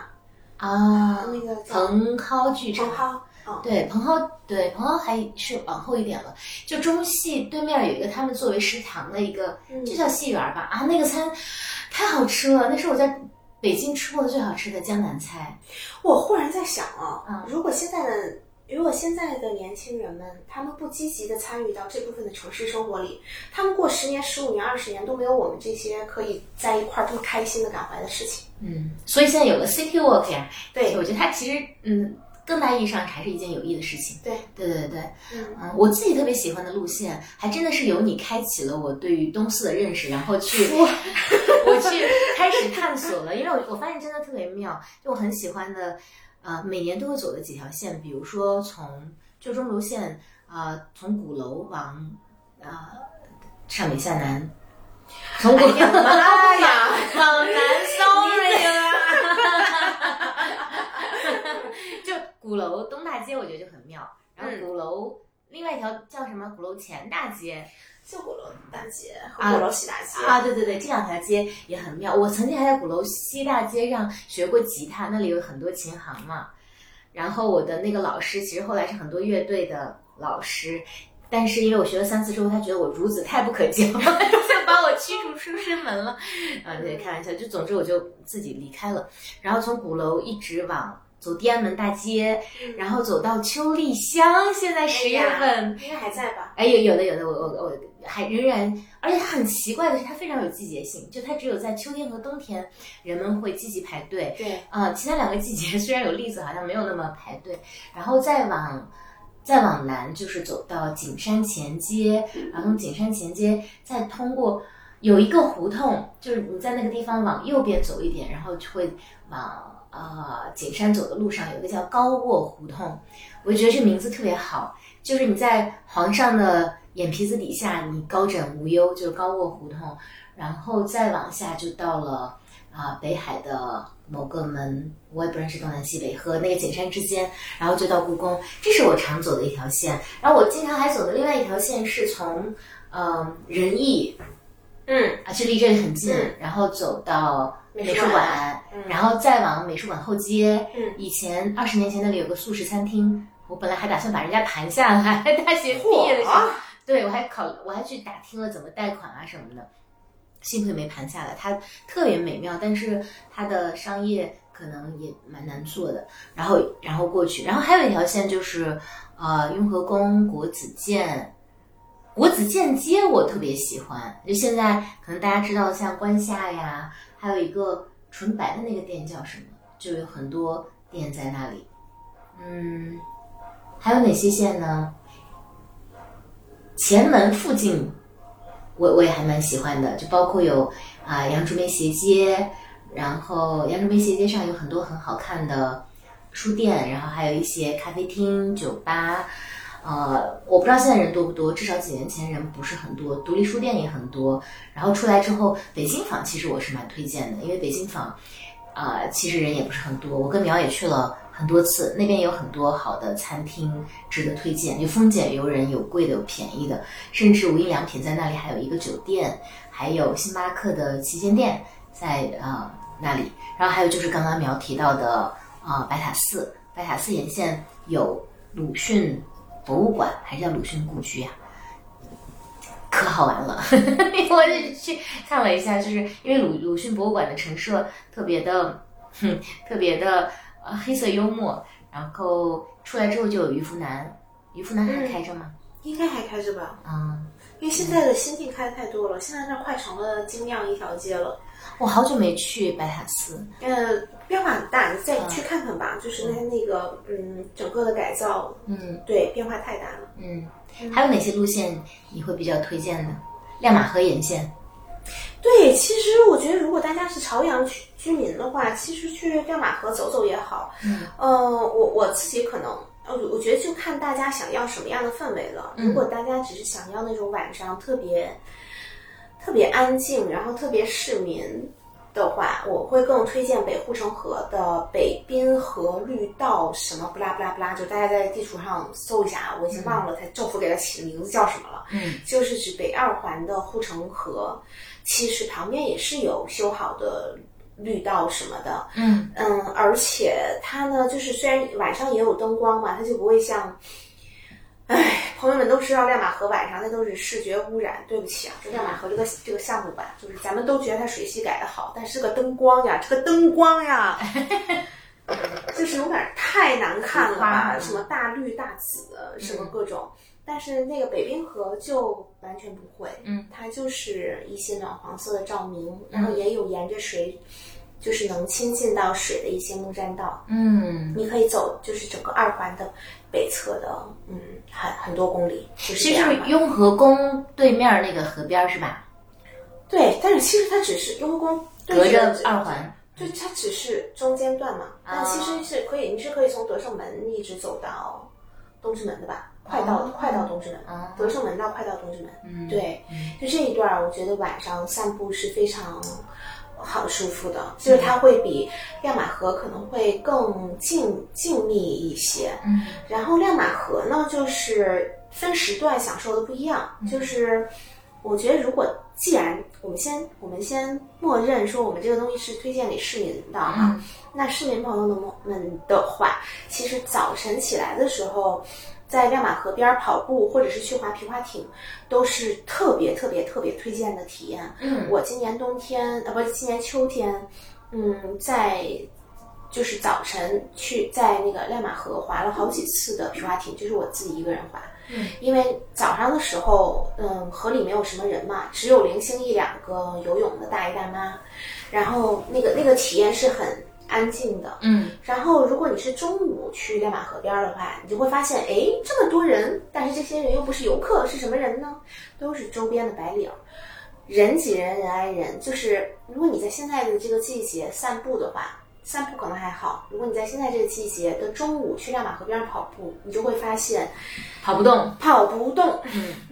A: 啊？
C: 那个叫
A: 蓬蒿剧场
C: 陈。浩，嗯，
A: 对，蓬蒿对蓬蒿还是往后一点了。就中戏对面有一个他们作为食堂的一个，
C: 嗯
A: 就叫戏园儿吧啊，那个餐太好吃了，那是我在北京吃过的最好吃的江南菜。
C: 我忽然在想啊，
A: 嗯
C: 如果现在的如果现在的年轻人们，他们不积极的参与到这部分的城市生活里，他们过十年、十五年、二十年都没有我们这些可以在一块儿这么开心的感怀的事情。
A: 嗯，所以现在有了 City Walk 呀，
C: 对
A: 我觉得它其实嗯，更大意义上还是一件有益的事情。
C: 对，
A: 对对对，
C: 嗯，
A: 嗯，我自己特别喜欢的路线，还真的是由你开启了我对于东四的认识，然后去 我去开始探索了，因为我我发现真的特别妙，就我很喜欢的，呃，每年都会走的几条线，比如说从旧钟楼线，呃，从鼓楼往呃上北下南，哎从鼓楼
C: 哎 妈呀！
A: 往南，sorry 就鼓楼东大街，我觉得就很妙。然后鼓楼、另外一条叫什么？鼓楼前大街
C: 就鼓楼大街
A: 啊
C: 和鼓楼西大街
A: 啊，对对对，这两条街也很妙。我曾经还在鼓楼西大街上学过吉他，那里有很多琴行嘛。然后我的那个老师其实后来是很多乐队的老师，但是因为我学了三次之后，他觉得我孺子太不可教， 就把我驱逐出师门了。啊，对，开玩笑，就总之我就自己离开了，然后从鼓楼一直往。走天安门大街，然后走到秋丽香，现在十
C: 哎
A: 月份，
C: 应该还在吧？
A: 哎，有有的有的，我我我还仍然，而且它很奇怪的是，它非常有季节性，就它只有在秋天和冬天，人们会积极排队。
C: 对，
A: 啊、其他两个季节 虽然有栗子，好像没有那么排队。然后再往再往南，就是走到景山前街，然后从景山前街再通过有一个胡同，就是你在那个地方往右边走一点，然后就会往呃景山走的路上有一个叫高卧胡同，我就觉得这名字特别好，就是你在皇上的眼皮子底下，你高枕无忧，就是高卧胡同，然后再往下就到了。啊，北海的某个门，我也不认识东南西北，和那个景山之间，然后就到故宫，这是我常走的一条线。然后我经常还走的另外一条线是从，嗯、仁义
C: 嗯，
A: 啊，就离这里很近，
C: 嗯
A: 然后走到
C: 美
A: 美
C: 术
A: 术
C: 馆
A: 馆，
C: 嗯
A: 然后再往美术馆后街。
C: 嗯
A: 以前二十年前那里有个素食餐厅，我本来还打算把人家盘下来， 大学哎毕业的时候
C: 嚯，
A: 对我还考，我还去打听了怎么贷款啊什么的，幸亏没盘下来。它特别美妙，但是它的商业可能也蛮难做的。然后，然后过去，然后还有一条线就是，呃，雍和宫、国子监。国子监街我特别喜欢，就现在可能大家知道，像关下呀，还有一个纯白的那个店叫什么，就有很多店在那里。嗯，还有哪些线呢？前门附近，我我也还蛮喜欢的，就包括有啊、杨竹梅斜街，然后杨竹梅斜街上有很多很好看的书店，然后还有一些咖啡厅、酒吧。呃，我不知道现在人多不多，至少几年前人不是很多，独立书店也很多。然后出来之后，北京坊其实我是蛮推荐的，因为北京坊，呃，其实人也不是很多。我跟苗也去了很多次，那边有很多好的餐厅值得推荐，有丰俭由人，有贵的，有便宜的，甚至无印良品在那里还有一个酒店，还有星巴克的旗舰店在呃那里，然后还有就是刚刚苗提到的呃白塔寺，白塔寺沿线有鲁迅博物馆，还是叫鲁迅故居啊？可好玩了， 我就去看了一下，就是因为鲁鲁迅博物馆的陈设特别的，哼，特别的呃黑色幽默。然后出来之后就有渔夫南，渔夫南还
C: 嗯
A: 开着吗？
C: 应该还开着吧？
A: 嗯，
C: 因为现在的新店开的太多了，现在那快成了精酿一条街了，
A: 我好久没去白塔寺，
C: 呃，变化很大，你再
A: 嗯
C: 去看看吧。就是它那个，嗯，整个的改造，
A: 嗯
C: 对，变化太大了。
A: 嗯，还有哪些路线你会比较推荐的？亮马河沿线，
C: 对，其实我觉得，如果大家是朝阳区居民的话，其实去亮马河走走也好。
A: 嗯，
C: 呃，我我自己可能，呃，我觉得就看大家想要什么样的氛围了。如果大家只是想要那种晚上特别特别安静，然后特别市民的话，我会更推荐北护城河的北滨河绿道什么不拉不拉不拉，就大家在地图上搜一下啊，我已经忘了它政府给它起的名字叫什么了。
A: 嗯
C: 就是指北二环的护城河，其实旁边也是有修好的绿道什么的，
A: 嗯
C: 嗯，而且它呢，就是虽然晚上也有灯光嘛，它就不会像。哎，朋友们都知道亮马河晚上那都是视觉污染。对不起啊，就亮马河这个这个项目吧，就是咱们都觉得它水系改的好，但是这个灯光呀，这个灯光呀， 就是有点太难看了
A: 浮夸
C: 吧？
A: 了
C: 什么大绿大紫，什
A: 嗯
C: 么各种。但是那个北冰河就完全不会，
A: 嗯，
C: 它就是一些暖黄色的照明，然后也有沿着水，就是能亲近到水的一些木栈道。
A: 嗯。
C: 你可以走，就是整个二环的北侧的，嗯，很很多公里，就是
A: 其
C: 这
A: 实
C: 样
A: 就是
C: 吧
A: 雍和宫对面那个河边儿是吧？
C: 对，但是其实它只是雍和宫
A: 隔
C: 对
A: 着二，环。
C: 就它只是中间段嘛，但其
A: 啊
C: 实是可以，你是可以从德胜门一直走到东直门的吧？快到
A: 哦
C: 快到东直门，
A: 啊，
C: 德胜门到快到东直门，
A: 嗯，
C: 对
A: 嗯，
C: 就这一段儿，我觉得晚上散步是非常好舒服的，就是它会比亮马河可能会更静静谧一些。
A: 嗯
C: 然后亮马河呢，就是分时段享受的不一样，就是我觉得如果既然我们先我们先默认说我们这个东西是推荐给市民的
A: 嗯
C: 哈、那市民朋友们们的话，其实早晨起来的时候，在亮马河边跑步或者是去划皮划艇，都是特别特别特别推荐的体验。
A: 嗯
C: 我今年冬天呃，不是今年秋天，嗯，在就是早晨去在那个亮马河划了好几次的皮划艇，就是我自己一个人划。
A: 嗯，
C: 因为早上的时候，嗯，河里没有什么人嘛，只有零星一两个游泳的大爷大妈，然后那个那个体验是很安静的。
A: 嗯
C: 然后，如果你是中午去亮马河边儿的话，你就会发现，哎，这么多人，但是这些人又不是游客，是什么人呢？都是周边的白领儿，人挤人，人挨人。就是如果你在现在的这个季节散步的话，散步可能还好；如果你在现在这个季节的中午去亮马河边儿跑步，你就会发现
A: 跑不动，
C: 跑不动，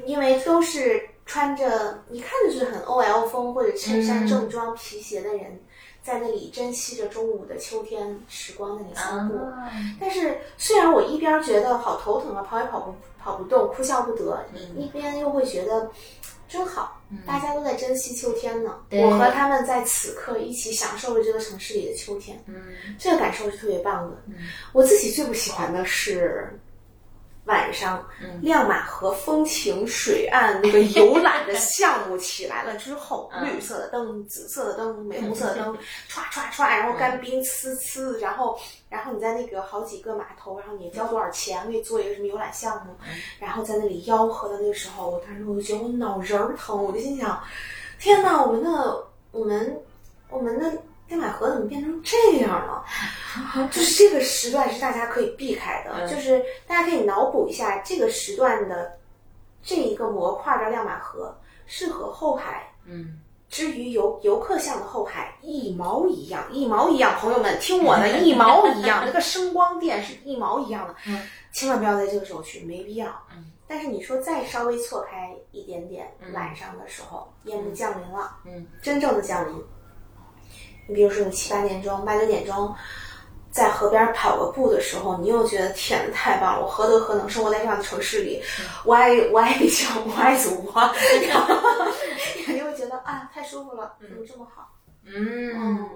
C: 因为都是穿着一看就是很 OL 风或者衬衫
A: 嗯
C: 正装皮鞋的人，在那里珍惜着中午的秋天时光在那里散
A: 啊
C: 步。但是虽然我一边觉得好头疼啊，跑也跑不跑不动，哭笑不得，一一边又会觉得真好，大家都在珍惜秋天呢。
A: 嗯对
C: 我和他们在此刻一起享受着这个城市里的秋天，
A: 嗯
C: 这个感受是特别棒的。我自己最不喜欢的是。晚上，亮马河风情水岸那个游览的项目起来了之后，
A: 嗯
C: 绿色的灯、紫色的灯、玫红色的灯，唰唰唰，然后干冰呲呲，然后然后你在那个好几个码头，然后你交多少钱可以做一个什么游览项目，然后在那里吆喝的那个时候，我当时我就觉得我脑仁儿疼，我就心想，天呐，我们的我们我们的亮马河怎么变成这样了？就是这个时段是大家可以避开的，
A: 嗯
C: 就是大家可以脑补一下这个时段的这一个模块的亮马河是和后海
A: 嗯，
C: 之于游游客向的后海一毛一样，一毛一样，朋友们听我的，一毛一样，那个声光电是一毛一样的，
A: 嗯
C: 千万不要在这个时候去，没必要。
A: 嗯
C: 但是你说再稍微错开一点点，
A: 嗯
C: 晚上的时候夜幕降临了，
A: 嗯，
C: 真正的降临，你比如说你七八点钟、八九点钟。在河边跑个步的时候，你又觉得天太棒了！我何德何能生活在这样的城市里？
A: 嗯
C: 我爱我爱理想，我爱祖 国，然后你会觉得啊，太舒服了，怎么这么好？
A: 嗯，，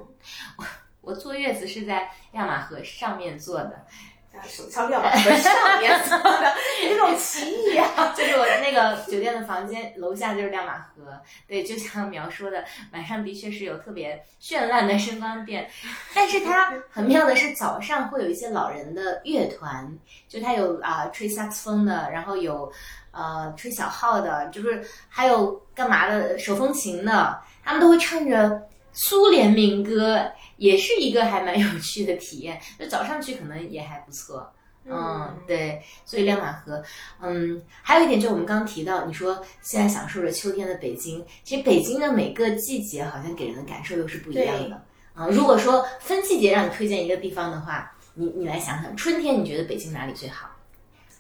A: 我坐月子是在亮马河上面坐的，
C: 啊，什么叫亮马河上面做 的？你这种歧义啊！
A: 就是我那个酒店的房间楼下就是亮马河。对，就像苗说的，晚上的确是有特别绚烂的声光电，但是它很妙的是早上会有一些老人的乐团，就它有啊、吹萨克斯风的，然后有呃吹小号的，就是还有干嘛的手风琴的，他们都会唱着。苏联民歌也是一个还蛮有趣的体验，就早上去可能也还不错。嗯，对，所以亮马河，嗯，还有一点就是我们刚刚提到，你说现在享受着秋天的北京，其实北京的每个季节好像给人的感受又是不一样的啊、如果说分季节让你推荐一个地方的话，你你来想想，春天你觉得北京哪里最好？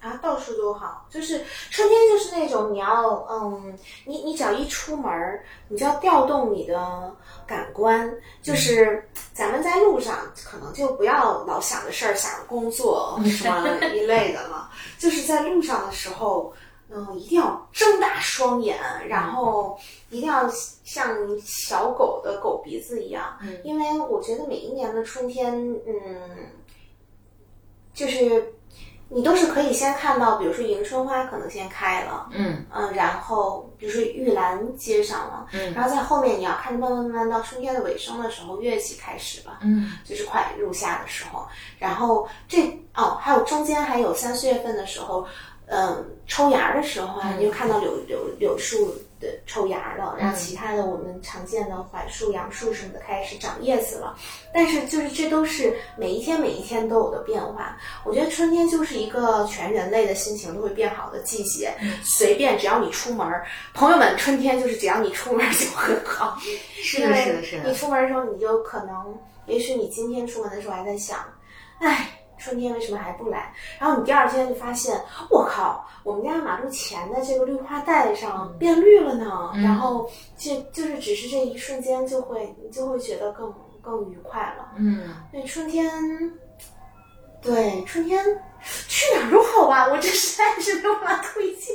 C: 啊，到处都好，就是春天就是那种你要，嗯，你你只要一出门儿，你就要调动你的感官，就是咱们在路上可能就不要老想着事儿，想着工作什么一类的了，就是在路上的时候。嗯，一定要睁大双眼，然后一定要像小狗的狗鼻子一样，
A: 嗯
C: 因为我觉得每一年的春天，嗯，就是你都是可以先看到，比如说迎春花可能先开了，
A: 嗯
C: 嗯，然后比如说玉兰接上了，
A: 嗯
C: 然后在后面你要看慢慢慢慢到春天的尾声的时候，月季开始了，
A: 嗯
C: 就是快入夏的时候，然后这哦，还有中间还有三四月份的时候，嗯，抽芽儿的时候啊，你就看到柳柳柳树的抽芽儿了，然后其他的我们常见的槐树、杨树什么的开始长叶子了。但是就是这都是每一天每一天都有的变化。我觉得春天就是一个全人类的心情都会变好的季节，随便只要你出门儿，朋友们，春天就是只要你出门儿就很好。
A: 是的，是的，是
C: 你
A: 的，
C: 出门的时候，你就可能，也许你今天出门的时候还在想，哎，春天为什么还不来？然后你第二天就发现，我靠，我们家马路前的这个绿化带上变绿了呢。
A: 嗯
C: 然后这就是只是这一瞬间，就会你就会觉得更更愉快了。
A: 嗯，
C: 对，春天，对春天。去哪儿都好吧，我这实在是没有办法推荐。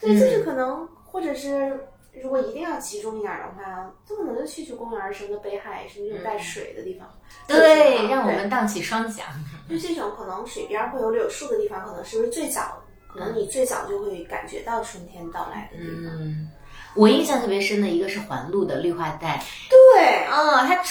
C: 对，就是可能，或者是如果一定要集中一点儿的话，不可能就去去公园儿什么的，北海什么这种带水的地方。
A: 对，让我们荡起双桨。
C: 就这种可能水边儿会有柳树的地方，可能是不是最早，可能你最早就会感觉到春天到来的地方。
A: 嗯，我印象特别深的一个是环路的绿化带，
C: 对，
A: 哦，它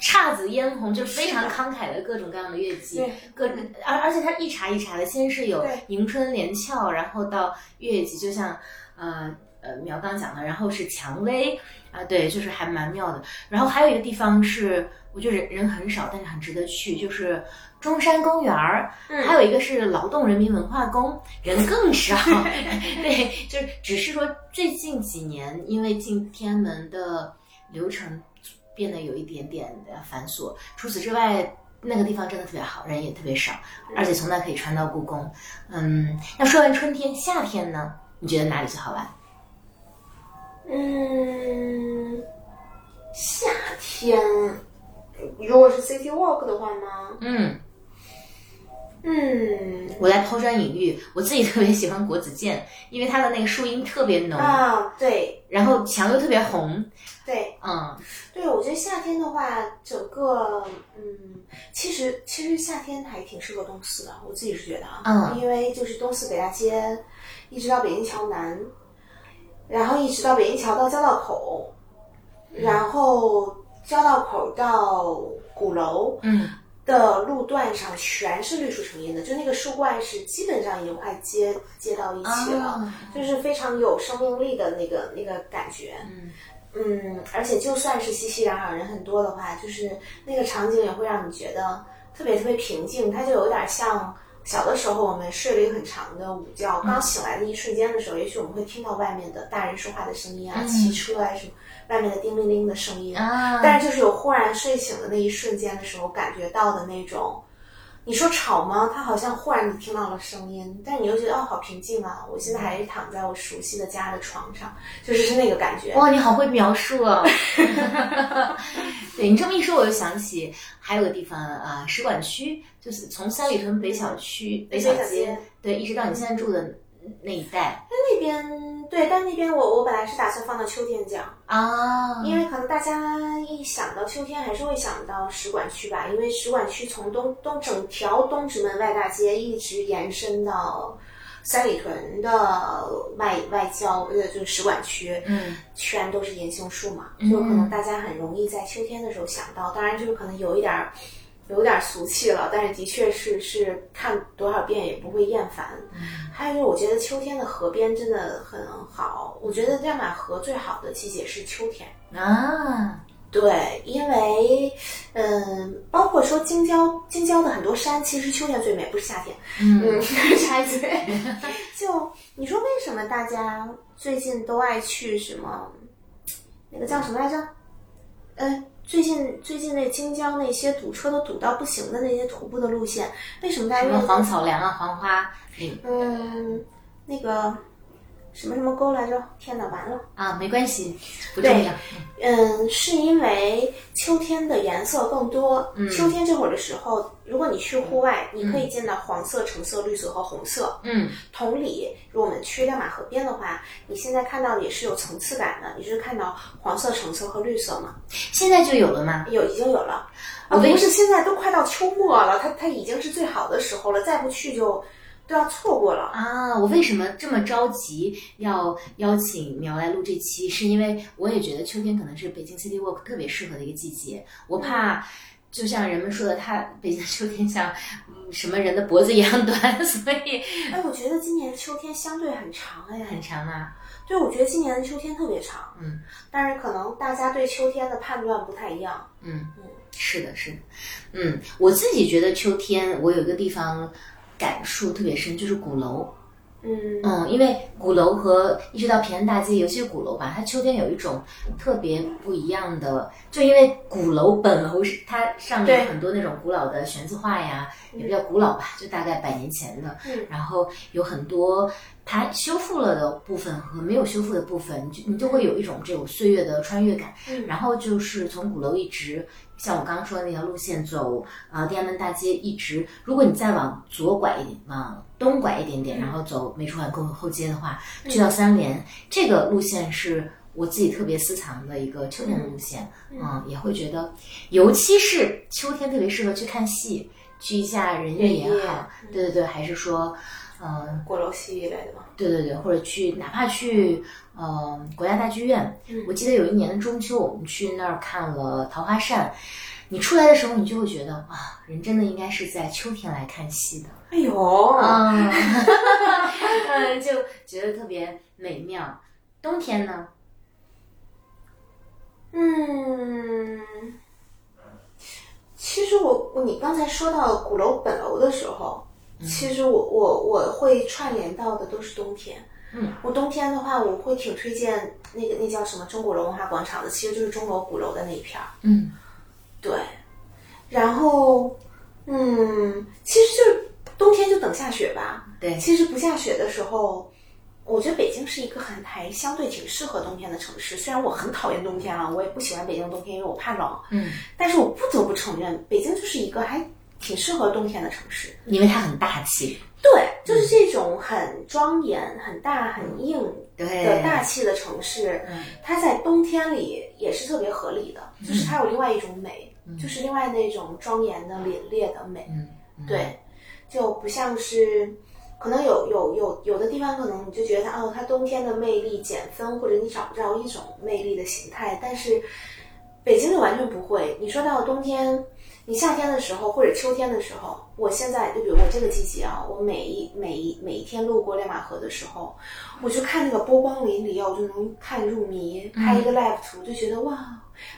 A: 姹紫嫣红，就非常慷慨的各种各样的乐器
C: 对，
A: 各种而而且它一茬一茬的，先是有
C: 对
A: 迎春连翘，然后到乐器，就像呃呃苗刚讲的，然后是蔷薇啊、对，就是还蛮妙的。然后还有一个地方是，我觉得人人很少，但是很值得去，就是中山公园儿。还
C: 嗯，
A: 有一个是劳动人民文化宫，人更少。 对，就是只是说最近几年，因为进天安门的流程变得有一点点呃繁琐，除此之外。那个地方真的特别好，人也特别少，而且从那可以穿到故宫。嗯，那说完春天，夏天呢？你觉得哪里最好玩？
C: 嗯，夏天，如果是 City Walk 的话呢，
A: 嗯，
C: 嗯
A: 我来抛砖引玉，我自己特别喜欢国子监，因为它的那个树荫特别浓，
C: 啊，对
A: 然后墙又特别红。
C: 对，
A: 嗯，
C: 对，我觉得夏天的话，整个嗯，其实其实夏天还挺适合东四的，我自己是觉得啊，
A: 嗯
C: 因为就是东四北大街，一直到北京桥南，然后一直到北京桥到交道口，然后交道口到鼓楼
A: 嗯
C: 的路段上全是绿树成荫的，就那个树冠是基本上已经快接接到一起了，
A: 啊
C: 就是非常有生命力的那个那个感觉。
A: 嗯
C: 嗯，而且就算是熙熙攘攘人很多的话，就是那个场景也会让你觉得特别特别平静，它就有点像小的时候我们睡了一个很长的午觉，刚醒来的一瞬间的时候，也许我们会听到外面的大人说话的声音啊，
A: 嗯
C: 骑车啊什么，外面的叮铃铃的声音，
A: 啊，
C: 但是就是有忽然睡醒的那一瞬间的时候，感觉到的那种，你说吵吗？他好像忽然你听到了声音，但你又觉得哦，好平静啊！我现在还是躺在我熟悉的家的床上，就是是那个感觉。
A: 哇，你好会描述 哦！对你这么一说，我就想起还有个地方啊、呃使馆区，就是从三里屯北小区、北小
C: 北小
A: 街
C: 街，
A: 对，一直到你现在住的那一带
C: 那边对，但那边我我本来是打算放到秋天讲，
A: 啊，
C: 因为可能大家一想到秋天，还是会想到使馆区吧，因为使馆区从东东整条东直门外大街一直延伸到三里屯的外外交，呃，就是使馆区，
A: 嗯
C: 全都是银杏树嘛，
A: 嗯
C: 就可能大家很容易在秋天的时候想到，当然就是可能有一点儿，有点儿俗气了，但是的确是是看多少遍也不会厌烦。
A: 嗯
C: 还有就是我觉得秋天的河边真的很好，我觉得亮马河最好的季节是秋天。
A: 啊，
C: 对，因为，嗯，包括说京郊，京郊的很多山其实秋天最美，不是夏天。
A: 嗯，
C: 插嘴。 就你说为什么大家最近都爱去什么，那个叫什么来着？呃，最近最近那京郊那些堵车都堵到不行的那些徒步的路线，为什么大家
A: 什么
C: 愿意
A: 黄草梁啊，黄花岭
C: 嗯那个什么什么沟来着？天哪，完了。
A: 啊，没关系，不重要。
C: 嗯，是因为秋天的颜色更多。秋天这会儿的时候，如果你去户外，你可以见到黄色、橙色、绿色和红色。
A: 嗯
C: 同理，如果我们去亮马河边的话，你现在看到也是有层次感的，你就是看到黄色、橙色和绿色嘛，
A: 现在就有了吗？
C: 有已经有了。啊，
A: 跟你
C: 不是，现在都快到秋末了，它它已经是最好的时候了，再不去就都要错过了。
A: 啊，我为什么这么着急要邀请苗来录这期？是因为我也觉得秋天可能是北京 City Walk 特别适合的一个季节。我怕，就像人们说的，它北京的秋天像嗯什么人的脖子一样短， 所以
C: 哎，我觉得今年秋天相对很长
A: 很
C: 哎，
A: 长啊。
C: 对，我觉得今年的秋天特别长，
A: 嗯，
C: 但是可能大家对秋天的判断不太一样。
A: 嗯
C: 嗯，
A: 是的，是的。嗯，我自己觉得秋天，我有一个地方感触特别深，就是鼓楼。
C: 嗯
A: 嗯，因为鼓楼和一直到平安大街，尤其是鼓楼吧，它秋天有一种特别不一样的，就因为鼓楼本楼是它上面
C: 对
A: 有很多那种古老的悬字画呀，也不叫古老吧，就大概百年前的，
C: 嗯
A: 然后有很多它修复了的部分和没有修复的部分，你就你就会有一种这种岁月的穿越感。
C: 嗯
A: 然后就是从鼓楼一直像我刚刚说的那条路线走，呃，天安门大街一直，如果你再往左拐一点，往东嗯拐一点点，然后走美术馆后后街的话，去到三联，这个路线是我自己特别私藏的一个秋天的路线，嗯，也会觉得，尤其是秋天特别适合去看戏，去一下人
C: 人
A: 艺也
C: 艺
A: 好，嗯对对对，还是说，嗯、
C: 鼓楼西一类的嘛。
A: 对对对，或者去哪怕去呃国家大剧院，我记得有一年的中秋，我们去那儿看了《桃花扇》，你出来的时候，你就会觉得啊，人真的应该是在秋天来看戏的，
C: 哎呦，
A: 啊，嗯， 就觉得特别美妙。冬天呢，
C: 嗯，其实我我你刚才说到鼓楼本楼的时候，其实我我我会串联到的都是冬天。
A: 嗯，
C: 我冬天的话，我会挺推荐那个那叫什么钟鼓楼文化广场的，其实就是钟楼鼓楼的那一片儿。
A: 嗯
C: 对，然后嗯，其实就是冬天就等下雪吧。
A: 对
C: 其实不下雪的时候，我觉得北京是一个很还相对挺适合冬天的城市。虽然我很讨厌冬天啊，我也不喜欢北京冬天，因为我怕冷。
A: 嗯，
C: 但是我不得不承认，北京就是一个还挺适合冬天的城市。
A: 因为它很大气，
C: 对，就是这种很庄严、很大、很硬的
A: 对，
C: 大气的城市，
A: 嗯
C: 它在冬天里也是特别合理的，就是它有另外一种美，就是另外那种庄严的、凛冽的美。
A: 嗯，
C: 对，就不像是。可能有有有有的地方，可能你就觉得它哦，它冬天的魅力减分，或者你找不着一种魅力的形态。但是北京就完全不会。你说到冬天，你夏天的时候或者秋天的时候，我现在就比如我这个季节啊，我每一每一每一天路过亮马河的时候，我就看那个波光粼粼啊，我就能看入迷，拍一个 live 图，就觉得哇，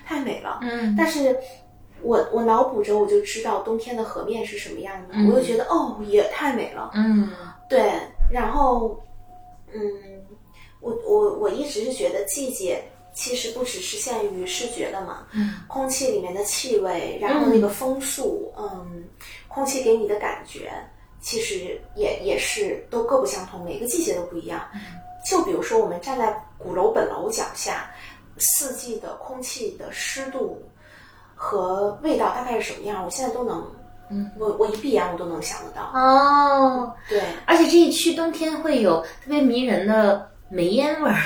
C: 太美了。
A: 嗯
C: 但是我我脑补着我就知道冬天的河面是什么样的，我就觉得哦，也太美了。
A: 嗯
C: 对，然后嗯，我我我一直是觉得季节。其实不只是限于视觉的嘛，
A: 嗯
C: 空气里面的气味，然后那个风速，嗯，空气给你的感觉，其实也也是都各不相同，每个季节都不一样。就比如说，我们站在鼓楼本楼脚下，四季的空气的湿度和味道大概是什么样，我现在都能，
A: 嗯，
C: 我我一闭眼我都能想得到。
A: 哦，
C: 对，
A: 而且这一区冬天会有特别迷人的煤烟味儿，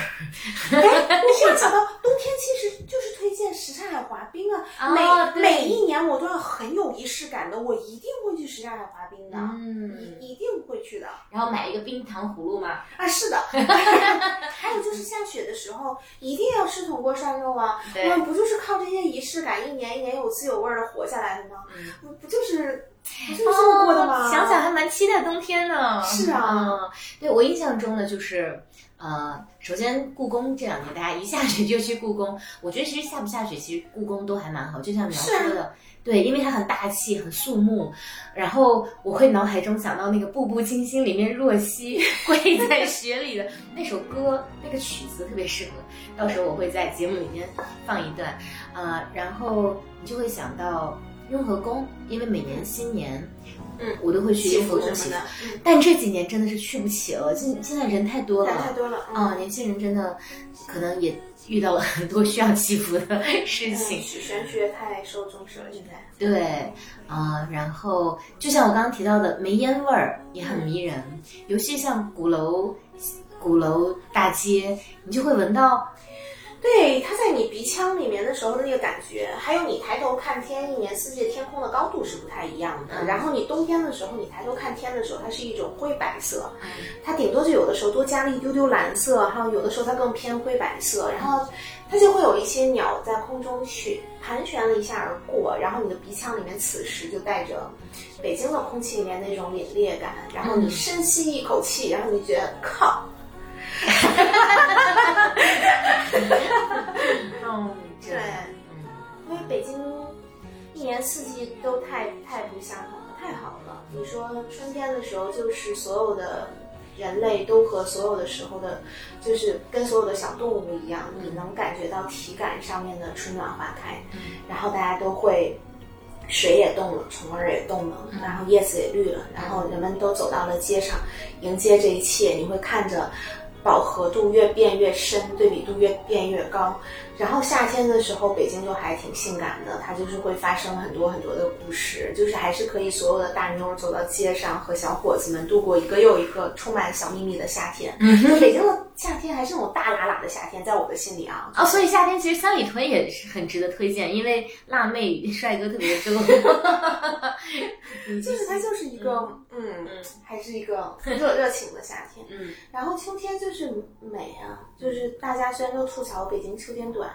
C: 哎，我忽然想到，冬天其实就是推荐什刹海滑冰啊，
A: 哦
C: 每
A: 对
C: 每一年我都要很有仪式感的，我一定会去什刹海滑冰的，
A: 嗯，
C: 一一定会去的。
A: 然后买一个冰糖葫芦嘛，
C: 啊， 是的，还有就是下雪的时候一定要吃铜锅涮肉啊！
A: 对
C: 我们不就是靠这些仪式感，一年一年有滋有味的活下来的吗？不不就是不就是这么过的
A: 嗯
C: 吗？
A: 哎哦想想还蛮期待冬天呢。
C: 是啊
A: 嗯，对我印象中呢，就是呃，首先故宫这两年大家一下雪就去故宫，我觉得其实下不下雪，其实故宫都还蛮好，就像苗
C: 是啊
A: 说的。对，因为它很大气，很肃穆。然后我会脑海中想到那个《步步惊心》里面若曦 跪在雪里的那首歌，那个曲子特别适合。到时候我会在节目里面放一段，呃，然后你就会想到雍和宫，因为每年新年，
C: 嗯，
A: 我都会去
C: 祈
A: 雍和
C: 福
A: 宫祈
C: 什么
A: 福
C: 的，，嗯
A: 但这几年真的是去不起了，现现在人太多了，
C: 人太多了，嗯
A: 啊、年轻人真的可能也遇到了很多需要祈福的事
C: 嗯，
A: 情，
C: 玄学太受重视
A: 嗯
C: 了，现在。
A: 对，啊、然后就像我刚刚提到的，煤烟味儿也很迷人，尤其像鼓楼、鼓楼大街，你就会闻到，
C: 对，它在你鼻腔里面的时候的那个感觉，还有你抬头看天，一年四季的天空的高度是不太一样的。
A: 嗯
C: 然后你冬天的时候，你抬头看天的时候，它是一种灰白色，
A: 嗯
C: 它顶多就有的时候多加了一丢丢蓝色，还有有的时候它更偏灰白色，然后它就会有一些鸟在空中旋盘旋了一下而过，然后你的鼻腔里面此时就带着北京的空气里面那种凛冽感，然后你
A: 嗯
C: 深吸一口气，然后你觉得靠，
A: 嗯，
C: 对。因为北京一年四季都太太不相同了，太好了。你说春天的时候，就是所有的人类都和所有的时候的，就是跟所有的小动物一样，你能感觉到体感上面的春暖花开，
A: 嗯
C: 然后大家都会。水也动了，虫儿也动了，
A: 嗯
C: 然后叶子也绿了，然后人们都走到了街上，迎接这一切。你会看着饱和度越变越深，对比度越变越高，然后夏天的时候，北京就还挺性感的，它就是会发生很多很多的故事，就是还是可以所有的大妞儿走到街上，和小伙子们度过一个又一个充满小秘密的夏天。
A: 嗯
C: 就北京的夏天还是那种大喇喇的夏天，在我的心里啊，
A: 哦，所以夏天其实三里屯也是很值得推荐，因为辣妹帅哥特别多。 嗯
C: 就是它就是一个嗯还是一 个热热情的夏天。
A: 嗯，
C: 然后秋天就是美啊，就是大家虽然都吐槽北京秋天短，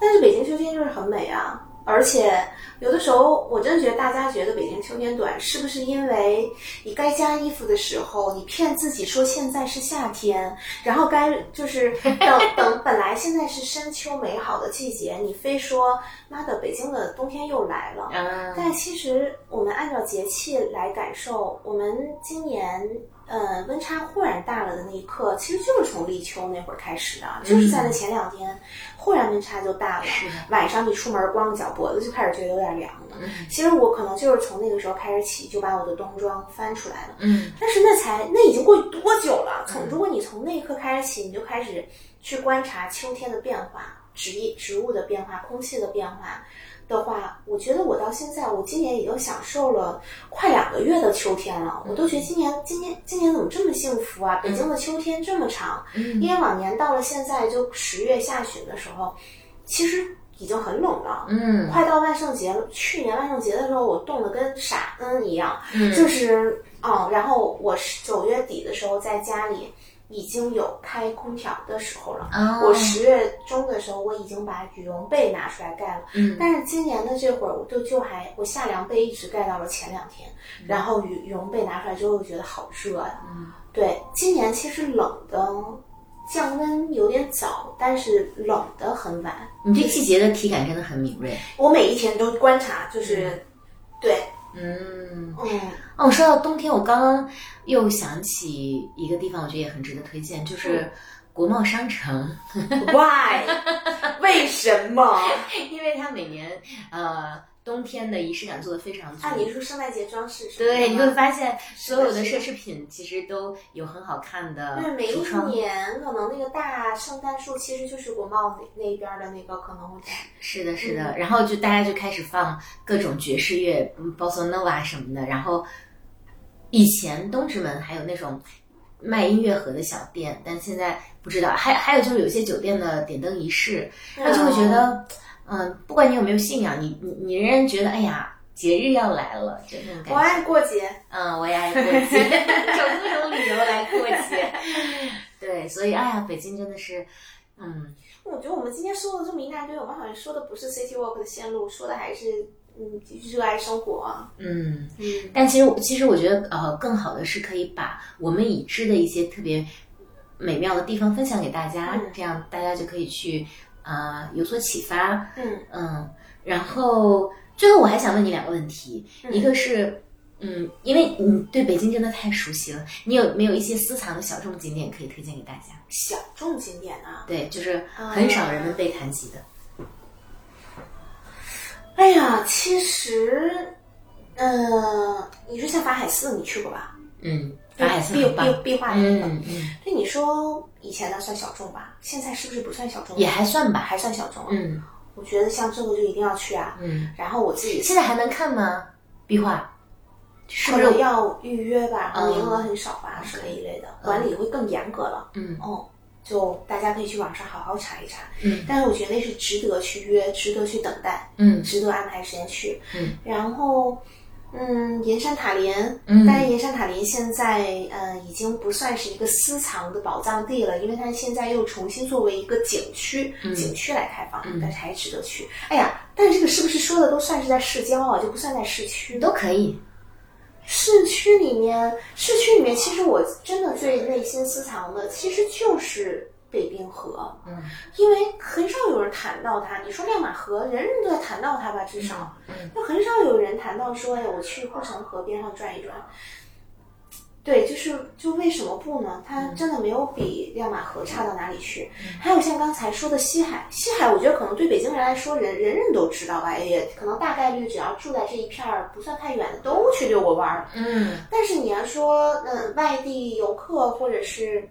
C: 但是北京秋天就是很美啊。而且有的时候，我真觉得大家觉得北京秋天短，是不是因为你该加衣服的时候，你骗自己说现在是夏天，然后该就是 等等，本来现在是深秋美好的季节，你非说妈的北京的冬天又来了。
A: 嗯，
C: 但其实我们按照节气来感受，我们今年呃温差忽然大了的那一刻，其实就是从立秋那会儿开始的，就是在那前两天，忽然温差就大了。
A: 是的，
C: 晚上一出门，光着脚脖子就开始觉得有点凉了。其实我可能就是从那个时候开始起，就把我的冬装翻出来了。
A: 嗯，
C: 但是那才那已经过去多久了？从如果你从那一刻开始起，你就开始去观察秋天的变化、植一植物的变化、空气的变化的话，我觉得我到现在，我今年已经享受了快两个月的秋天了。我都觉得今年今年今年怎么这么幸福啊？北京的秋天这么长，
A: 嗯
C: 因为往年到了现在就十月下旬的时候，其实已经很冷了。
A: 嗯，
C: 快到万圣节了，去年万圣节的时候，我冻得跟傻根一样，
A: 嗯
C: 就是哦，然后我是九月底的时候在家里已经有开空调的时候了。
A: 哦
C: 我十月中的时候，我已经把羽绒被拿出来盖了，
A: 嗯
C: 但是今年的这会儿，我就就还我夏凉被一直盖到了前两天，
A: 嗯
C: 然后羽羽绒被拿出来之后，我觉得好热呀、对，今年其实冷的降温有点早，但是冷的很晚。
A: 你对季节的体感真的很敏锐。
C: 我每一天都观察，就是、对，
A: 嗯，
C: 嗯
A: 哦，我说到冬天，我刚刚又想起一个地方，我觉得也很值得推荐，
C: 嗯
A: 就是国贸商城。
C: ，why？为什么？
A: 因为它每年呃冬天的仪式感做得非常足。
C: 按理说圣诞节装饰是吗
A: 对，你会发现所有的
C: 是
A: 奢
C: 的
A: 侈品其实都有很好看的
C: 就是每一
A: 橱窗，
C: 年可能那个大圣诞树其实就是国贸那那边的那个可能会在
A: 是的，是
C: 嗯
A: 的。然后就大家就开始放各种爵士乐，嗯，bossa nova 什么的。然后以前东直门还有那种卖音乐盒的小店，但现在不知道。还还有就是有些酒店的点灯仪式， 他就会觉得，嗯，不管你有没有信仰，你你你仍然觉得，哎呀，节日要来了，就那种感觉。
C: 我爱过节，
A: 嗯，我也 爱过节，找各种理由来过节。 对，所以哎呀，北京真的是，嗯，
C: 我觉得我们今天说了这么一大堆，我们好像说的不是 City Walk 的线路，说的还是嗯热爱生活。啊
A: 嗯，
C: 嗯，
A: 但其实我其实我觉得呃，更好的是可以把我们已知的一些特别美妙的地方分享给大家，
C: 嗯
A: 这样大家就可以去啊、呃有所启发，
C: 嗯
A: 嗯，然后最后我还想问你两个问题，
C: 嗯
A: 一个是。嗯，因为你对北京真的太熟悉了，你有没有一些私藏的小众景点可以推荐给大家？
C: 小众景点啊，
A: 对，就是很少人们被谈及的。
C: 哎呀，其实，呃，你说像法海寺，你去过吧？
A: 嗯，法海寺
C: 壁
A: 很棒。
C: 壁壁画那个。
A: 嗯嗯，
C: 对，你说以前的算小众吧，现在是不是不算小众？
A: 也还算吧。
C: 还算小众。，啊
A: 嗯
C: 我觉得像这个就一定要去啊。
A: 嗯，
C: 然后我自己
A: 现在还能看吗？壁画是
C: 可
A: 不是
C: 能？要预约吧，然后名额
A: 嗯
C: 很少吧，什么一类的，管理会更严格了。
A: 嗯
C: 哦，就大家可以去网上好好查一查。
A: 嗯
C: 但是我觉得那是值得去约，值得去等待，
A: 嗯
C: 值得安排时间去。
A: 嗯，
C: 然后。嗯，盐山塔林，
A: 嗯
C: 但是盐山塔林现在呃已经不算是一个私藏的宝藏地了，因为它现在又重新作为一个景区，
A: 嗯
C: 景区来开放，
A: 嗯
C: 但是还值得去。哎呀，但这个是不是说的都算是在市郊啊，就不算在市区？
A: 都可以。
C: 市区里面，市区里面，其实我真的最内心私藏的，其实就是北冰河，
A: 嗯
C: 因为很少有人谈到它。你说亮马河，人人都在谈到它吧，至少，
A: 嗯
C: 就很少有人谈到说，哎，我去护城河边上转一转。对，就是就为什么不呢？它真的没有比亮马河差到哪里去。还有像刚才说的西海，西海我觉得可能对北京人来说，人人人都知道吧，也可能大概率只要住在这一片儿不算太远的，都去遛过弯儿。
A: 嗯
C: 但是你要说，嗯，外地游客或者是，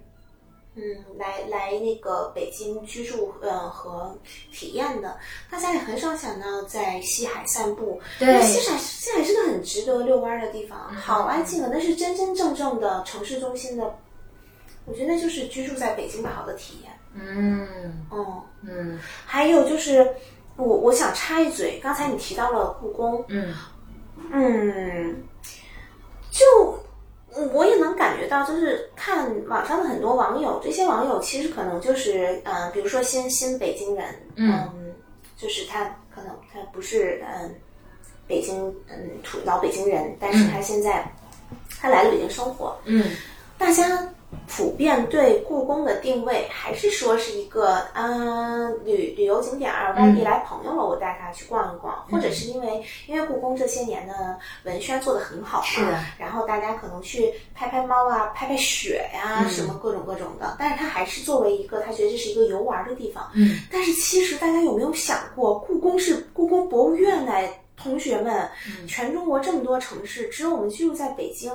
C: 嗯，来来那个北京居住，呃和体验的，大家也很少想到在西海散步。因为
A: 对
C: 西海西海是个很值得遛弯儿的地方，好安静啊！那是真真正正的城市中心的我觉得那就是居住在北京的好的体验。
A: 嗯
C: 嗯，
A: 嗯
C: 还有就是，我我想插一嘴，刚才你提到了故宫，
A: 嗯
C: 嗯，就嗯我也能感觉到，就是看网上的很多网友，这些网友其实可能就是，呃，比如说新新北京人，
A: 嗯
C: 就是他可能他不是嗯北京嗯土老北京人，但是他现在、他来了北京生活，
A: 嗯
C: 大家普遍对故宫的定位还是说是一个嗯、呃旅旅游景点儿，外
A: 嗯
C: 地来朋友了，我带他去逛一逛，或者是因为因为故宫这些年呢文宣做得很好嘛，
A: 是的
C: 然后大家可能去拍拍猫啊，拍拍雪呀、
A: 嗯
C: 什么各种各种的，但是他还是作为一个他觉得这是一个游玩的地方，
A: 嗯
C: 但是其实大家有没有想过，故宫是故宫博物院呢？同学们，全中国这么多城市，只有我们居住在北京，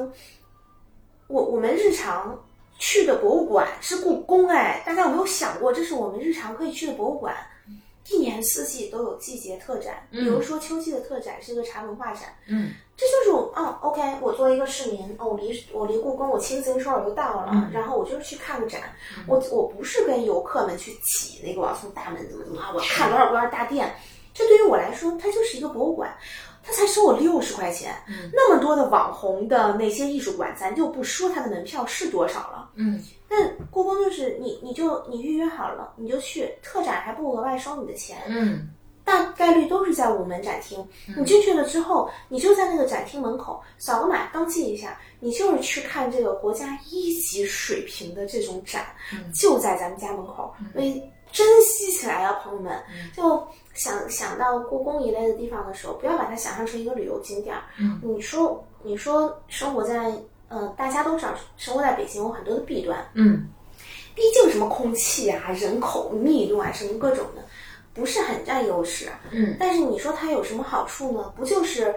C: 我我们日常去的博物馆是故宫哎，大家有没有想过，这是我们日常可以去的博物馆？一年四季都有季节特展，比如说秋季的特展是一个茶文化展，
A: 嗯
C: 这就是我啊、o k 我作为一个市民，哦我离我离故宫我骑自行车我就到了，
A: 嗯
C: 然后我就是去看个展，我我不是跟游客们去挤那个我要从大门怎么怎么啊，我要看多少多少大殿，这对于我来说，它就是一个博物馆，它才收我六十块钱，
A: 嗯
C: 那么多的网红的那些艺术馆，咱就不说它的门票是多少了。
A: 嗯
C: 那故宫就是你，你就你预约好了，你就去特展，还不额外收你的钱。
A: 嗯
C: 大概率都是在午门展厅。你进去了之后，你就在那个展厅门口扫个码登记一下，你就是去看这个国家一级水平的这种展，
A: 嗯
C: 就在咱们家门口，所以珍惜起来啊，朋友们！
A: 嗯
C: 就想想到故宫一类的地方的时候，不要把它想象成一个旅游景点儿。
A: 嗯
C: 你说，你说生活在。嗯，大家都知道，生活在北京有很多的弊端，
A: 嗯
C: 毕竟什么空气啊、人口密度啊，什么各种的，不是很占优势。
A: 嗯
C: 但是你说它有什么好处呢？不就是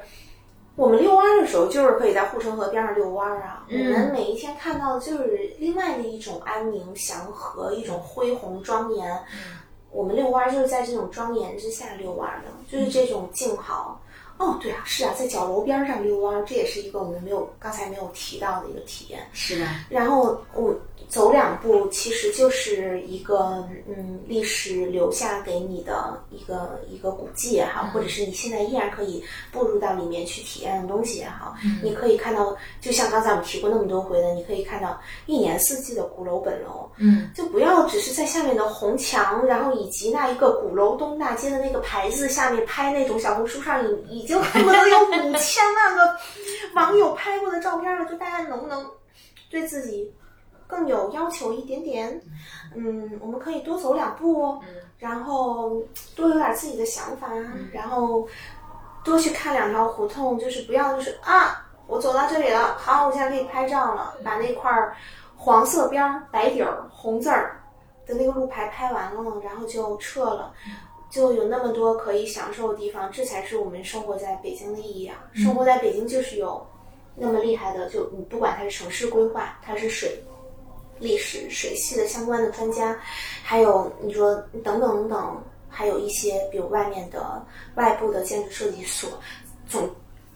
C: 我们遛弯儿的时候，就是可以在护城河边上遛弯儿啊。
A: 嗯
C: 我们每一天看到的就是另外的一种安宁祥和，一种恢宏庄严。
A: 嗯
C: 我们遛弯儿就是在这种庄严之下遛弯儿的，就是这种静好。哦，对啊，是啊，在角楼边儿上遛弯儿，这也是一个我们没有刚才没有提到的一个体验。
A: 是的
C: 然后我走两步，其实就是一个嗯，历史留下给你的一个一个古迹也好，或者是你现在依然可以步入到里面去体验的东西也好，你可以看到，就像刚才我们提过那么多回的，你可以看到一年四季的鼓楼本楼，
A: 嗯
C: 就不要只是在下面的红墙，然后以及那一个鼓楼东大街的那个牌子下面拍那种小红书上已已经恨不得有五千万个网友拍过的照片了，就大家能不能对自己更有要求一点点？嗯，我们可以多走两步哦，然后多有点自己的想法，啊然后多去看两条胡同，就是不要就是啊，我走到这里了，好，我现在可以拍照了，把那块儿黄色边儿、白底儿、红字儿的那个路牌拍完了，然后就撤了。就有那么多可以享受的地方，这才是我们生活在北京的意义啊！生活在北京就是有那么厉害的，就你不管它是城市规划，它是水历史、水系的相关的专家，还有你说等等等等，还有一些比如外面的外部的建筑设计所，总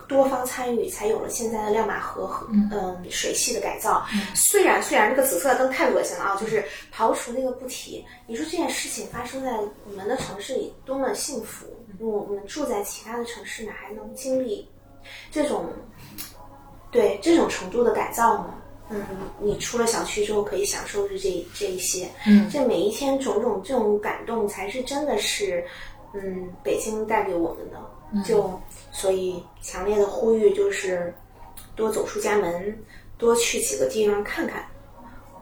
C: 多方参与，才有了现在的亮马河和嗯、水系的改造。虽然虽然这个紫色灯太恶心了啊，就是刨除那个不提，你说这件事情发生在我们的城市里多么幸福，我我们住在其他的城市哪还能经历这种对这种程度的改造呢？嗯，你出了小区之后可以享受是这这一些，
A: 嗯
C: 这每一天种种这种感动，才是真的是，嗯，北京带给我们的。就所以强烈的呼吁就是，多走出家门，多去几个地方看看。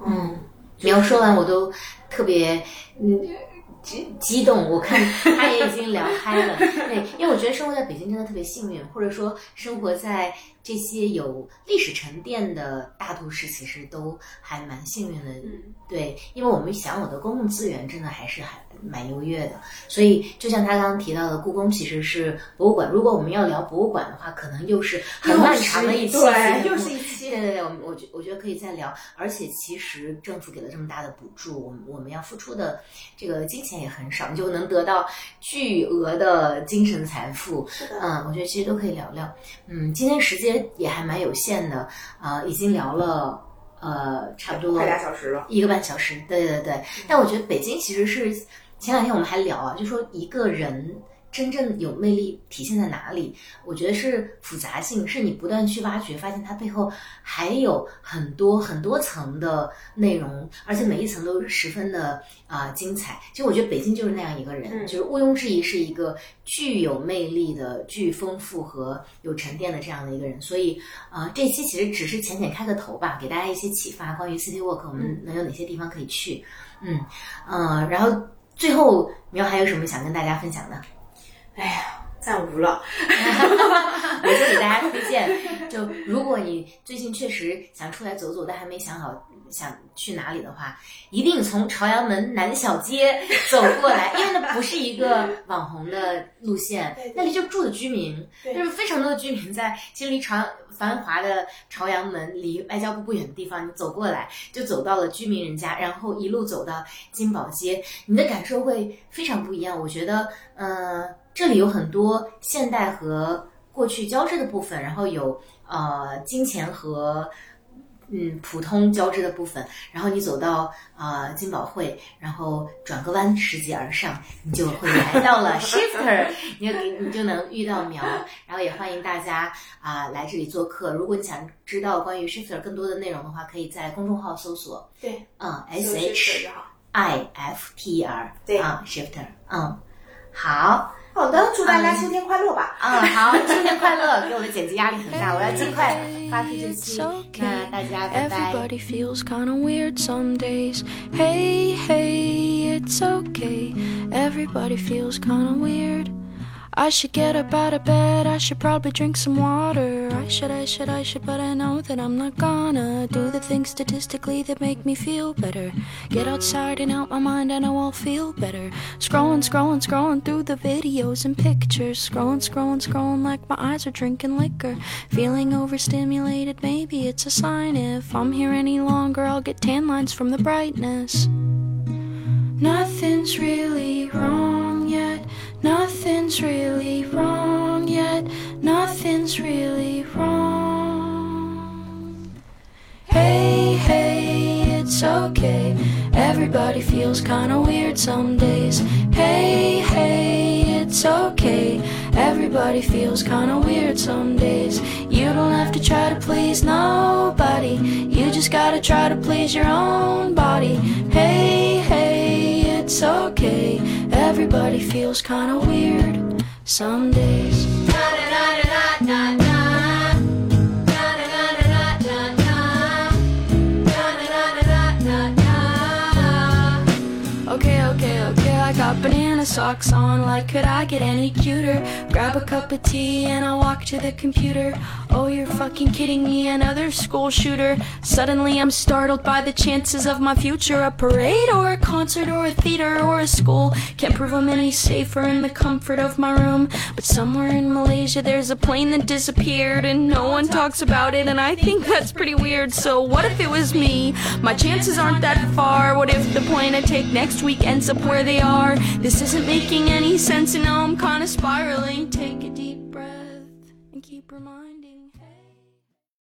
C: 嗯，
A: 苗说完我都特别嗯。激激动，我看他也已经聊嗨了。对，因为我觉得生活在北京真的特别幸运，或者说生活在这些有历史沉淀的大都市，其实都还蛮幸运的。
C: 嗯
A: 对，因为我们享有的公共资源真的还是还蛮优越的，所以就像他刚刚提到的，故宫其实是博物馆。如果我们要聊博物馆的话，可能又是很漫长的一期节目
C: 对，又是一期。
A: 对对对，我们我觉我觉得可以再聊，而且其实政府给了这么大的补助，我们我们要付出的这个金钱也很少，你就能得到巨额的精神财富。
C: 是的，
A: 嗯，我觉得其实啊都可以聊聊。嗯，今天时间也还蛮有限的，呃，已经聊了。呃，差不多
C: 快俩小时了。
A: 一个半小时，对对对。但我觉得北京其实是前两天我们还聊啊，就说一个人真正有魅力体现在哪里？我觉得是复杂性，是你不断去挖掘，发现它背后还有很多很多层的内容，而且每一层都十分的啊、精彩。就我觉得北京就是那样一个人，
C: 嗯
A: 就是毋庸置疑是一个具有魅力的、具丰富和有沉淀的这样的一个人，所以啊、呃这一期其实只是浅浅开个头吧，给大家一些启发，关于 City Walk 我们能有哪些地方可以去。嗯，呃，然后最后苗还有什么想跟大家分享的？
C: 哎呀，暂无了。
A: 我就给大家推荐，就如果你最近确实想出来走走，但还没想好想去哪里的话，一定从朝阳门南小街走过来，因为那不是一个网红的路线
C: 对对，
A: 那里就住的居民，
C: 对
A: 就是非常多的居民在，其实离朝阳繁华的朝阳门离外交部不远的地方，你走过来就走到了居民人家，然后一路走到金宝街，你的感受会非常不一样。我觉得，呃，这里有很多现代和过去交织的部分，然后有呃金钱和嗯普通交织的部分，然后你走到呃金宝汇，然后转个弯拾级而上，你就会来到了 Shifter，你就你就能遇到苗，然后也欢迎大家啊、来这里做客。如果你想知道关于 Shifter 更多的内容的话，可以在公众号搜索
C: 对
A: 嗯 S
C: 休
A: H
C: 息就好。
A: I F T E R，
C: 对
A: 啊，Shifter，嗯，好，
C: 好的，祝大家新年快乐吧！
A: 嗯，好，新年快乐！给我的剪辑压力很大，我要尽快发出这期。那大家拜拜。
E: Everybody feels kinda weird some days. Hey, hey, it's okay. Everybody feels kinda weird. I should get up out of bed, I should probably drink some water. I should, I should, I should, but I know that I'm not gonna do the things statistically that make me feel better. Get outside and out my mind, and I won't feel better. Scrolling, scrolling, scrolling through the videos and pictures. Scrolling, scrolling, scrolling like my eyes are drinking liquor. Feeling overstimulated, maybe it's a sign. If I'm here any longer, I'll get tan lines from the brightness. Nothing's really wrong yet. Nothing's really wrong yet. Nothing's really wrong. Hey, hey, it's okay. Everybody feels kinda weird some days. Hey, hey, it's okay. Everybody feels kinda weird some days. You don't have to try to please nobody. You just gotta try to please your own body. Hey, hey, it's okay. Everybody feels kinda weird some days. Okay, okay, okay, I got banana socks on. Like, could I get any cuter? Grab a cup of tea and I walk to the computer. Oh, you're fucking kidding me, another school shooter. Suddenly I'm startled by the chances of my future. A parade or a concert or a theater or a school. Can't prove I'm any safer in the comfort of my room. But somewhere in Malaysia there's a plane that disappeared and no one talks about it, and I think that's pretty weird. So, what if it was me? My chances aren't that far. What if the plane I take next week ends up where they are? This isn't making any sense, and now I'm kinda spiraling. Take a deep breath and keep reminding. hey.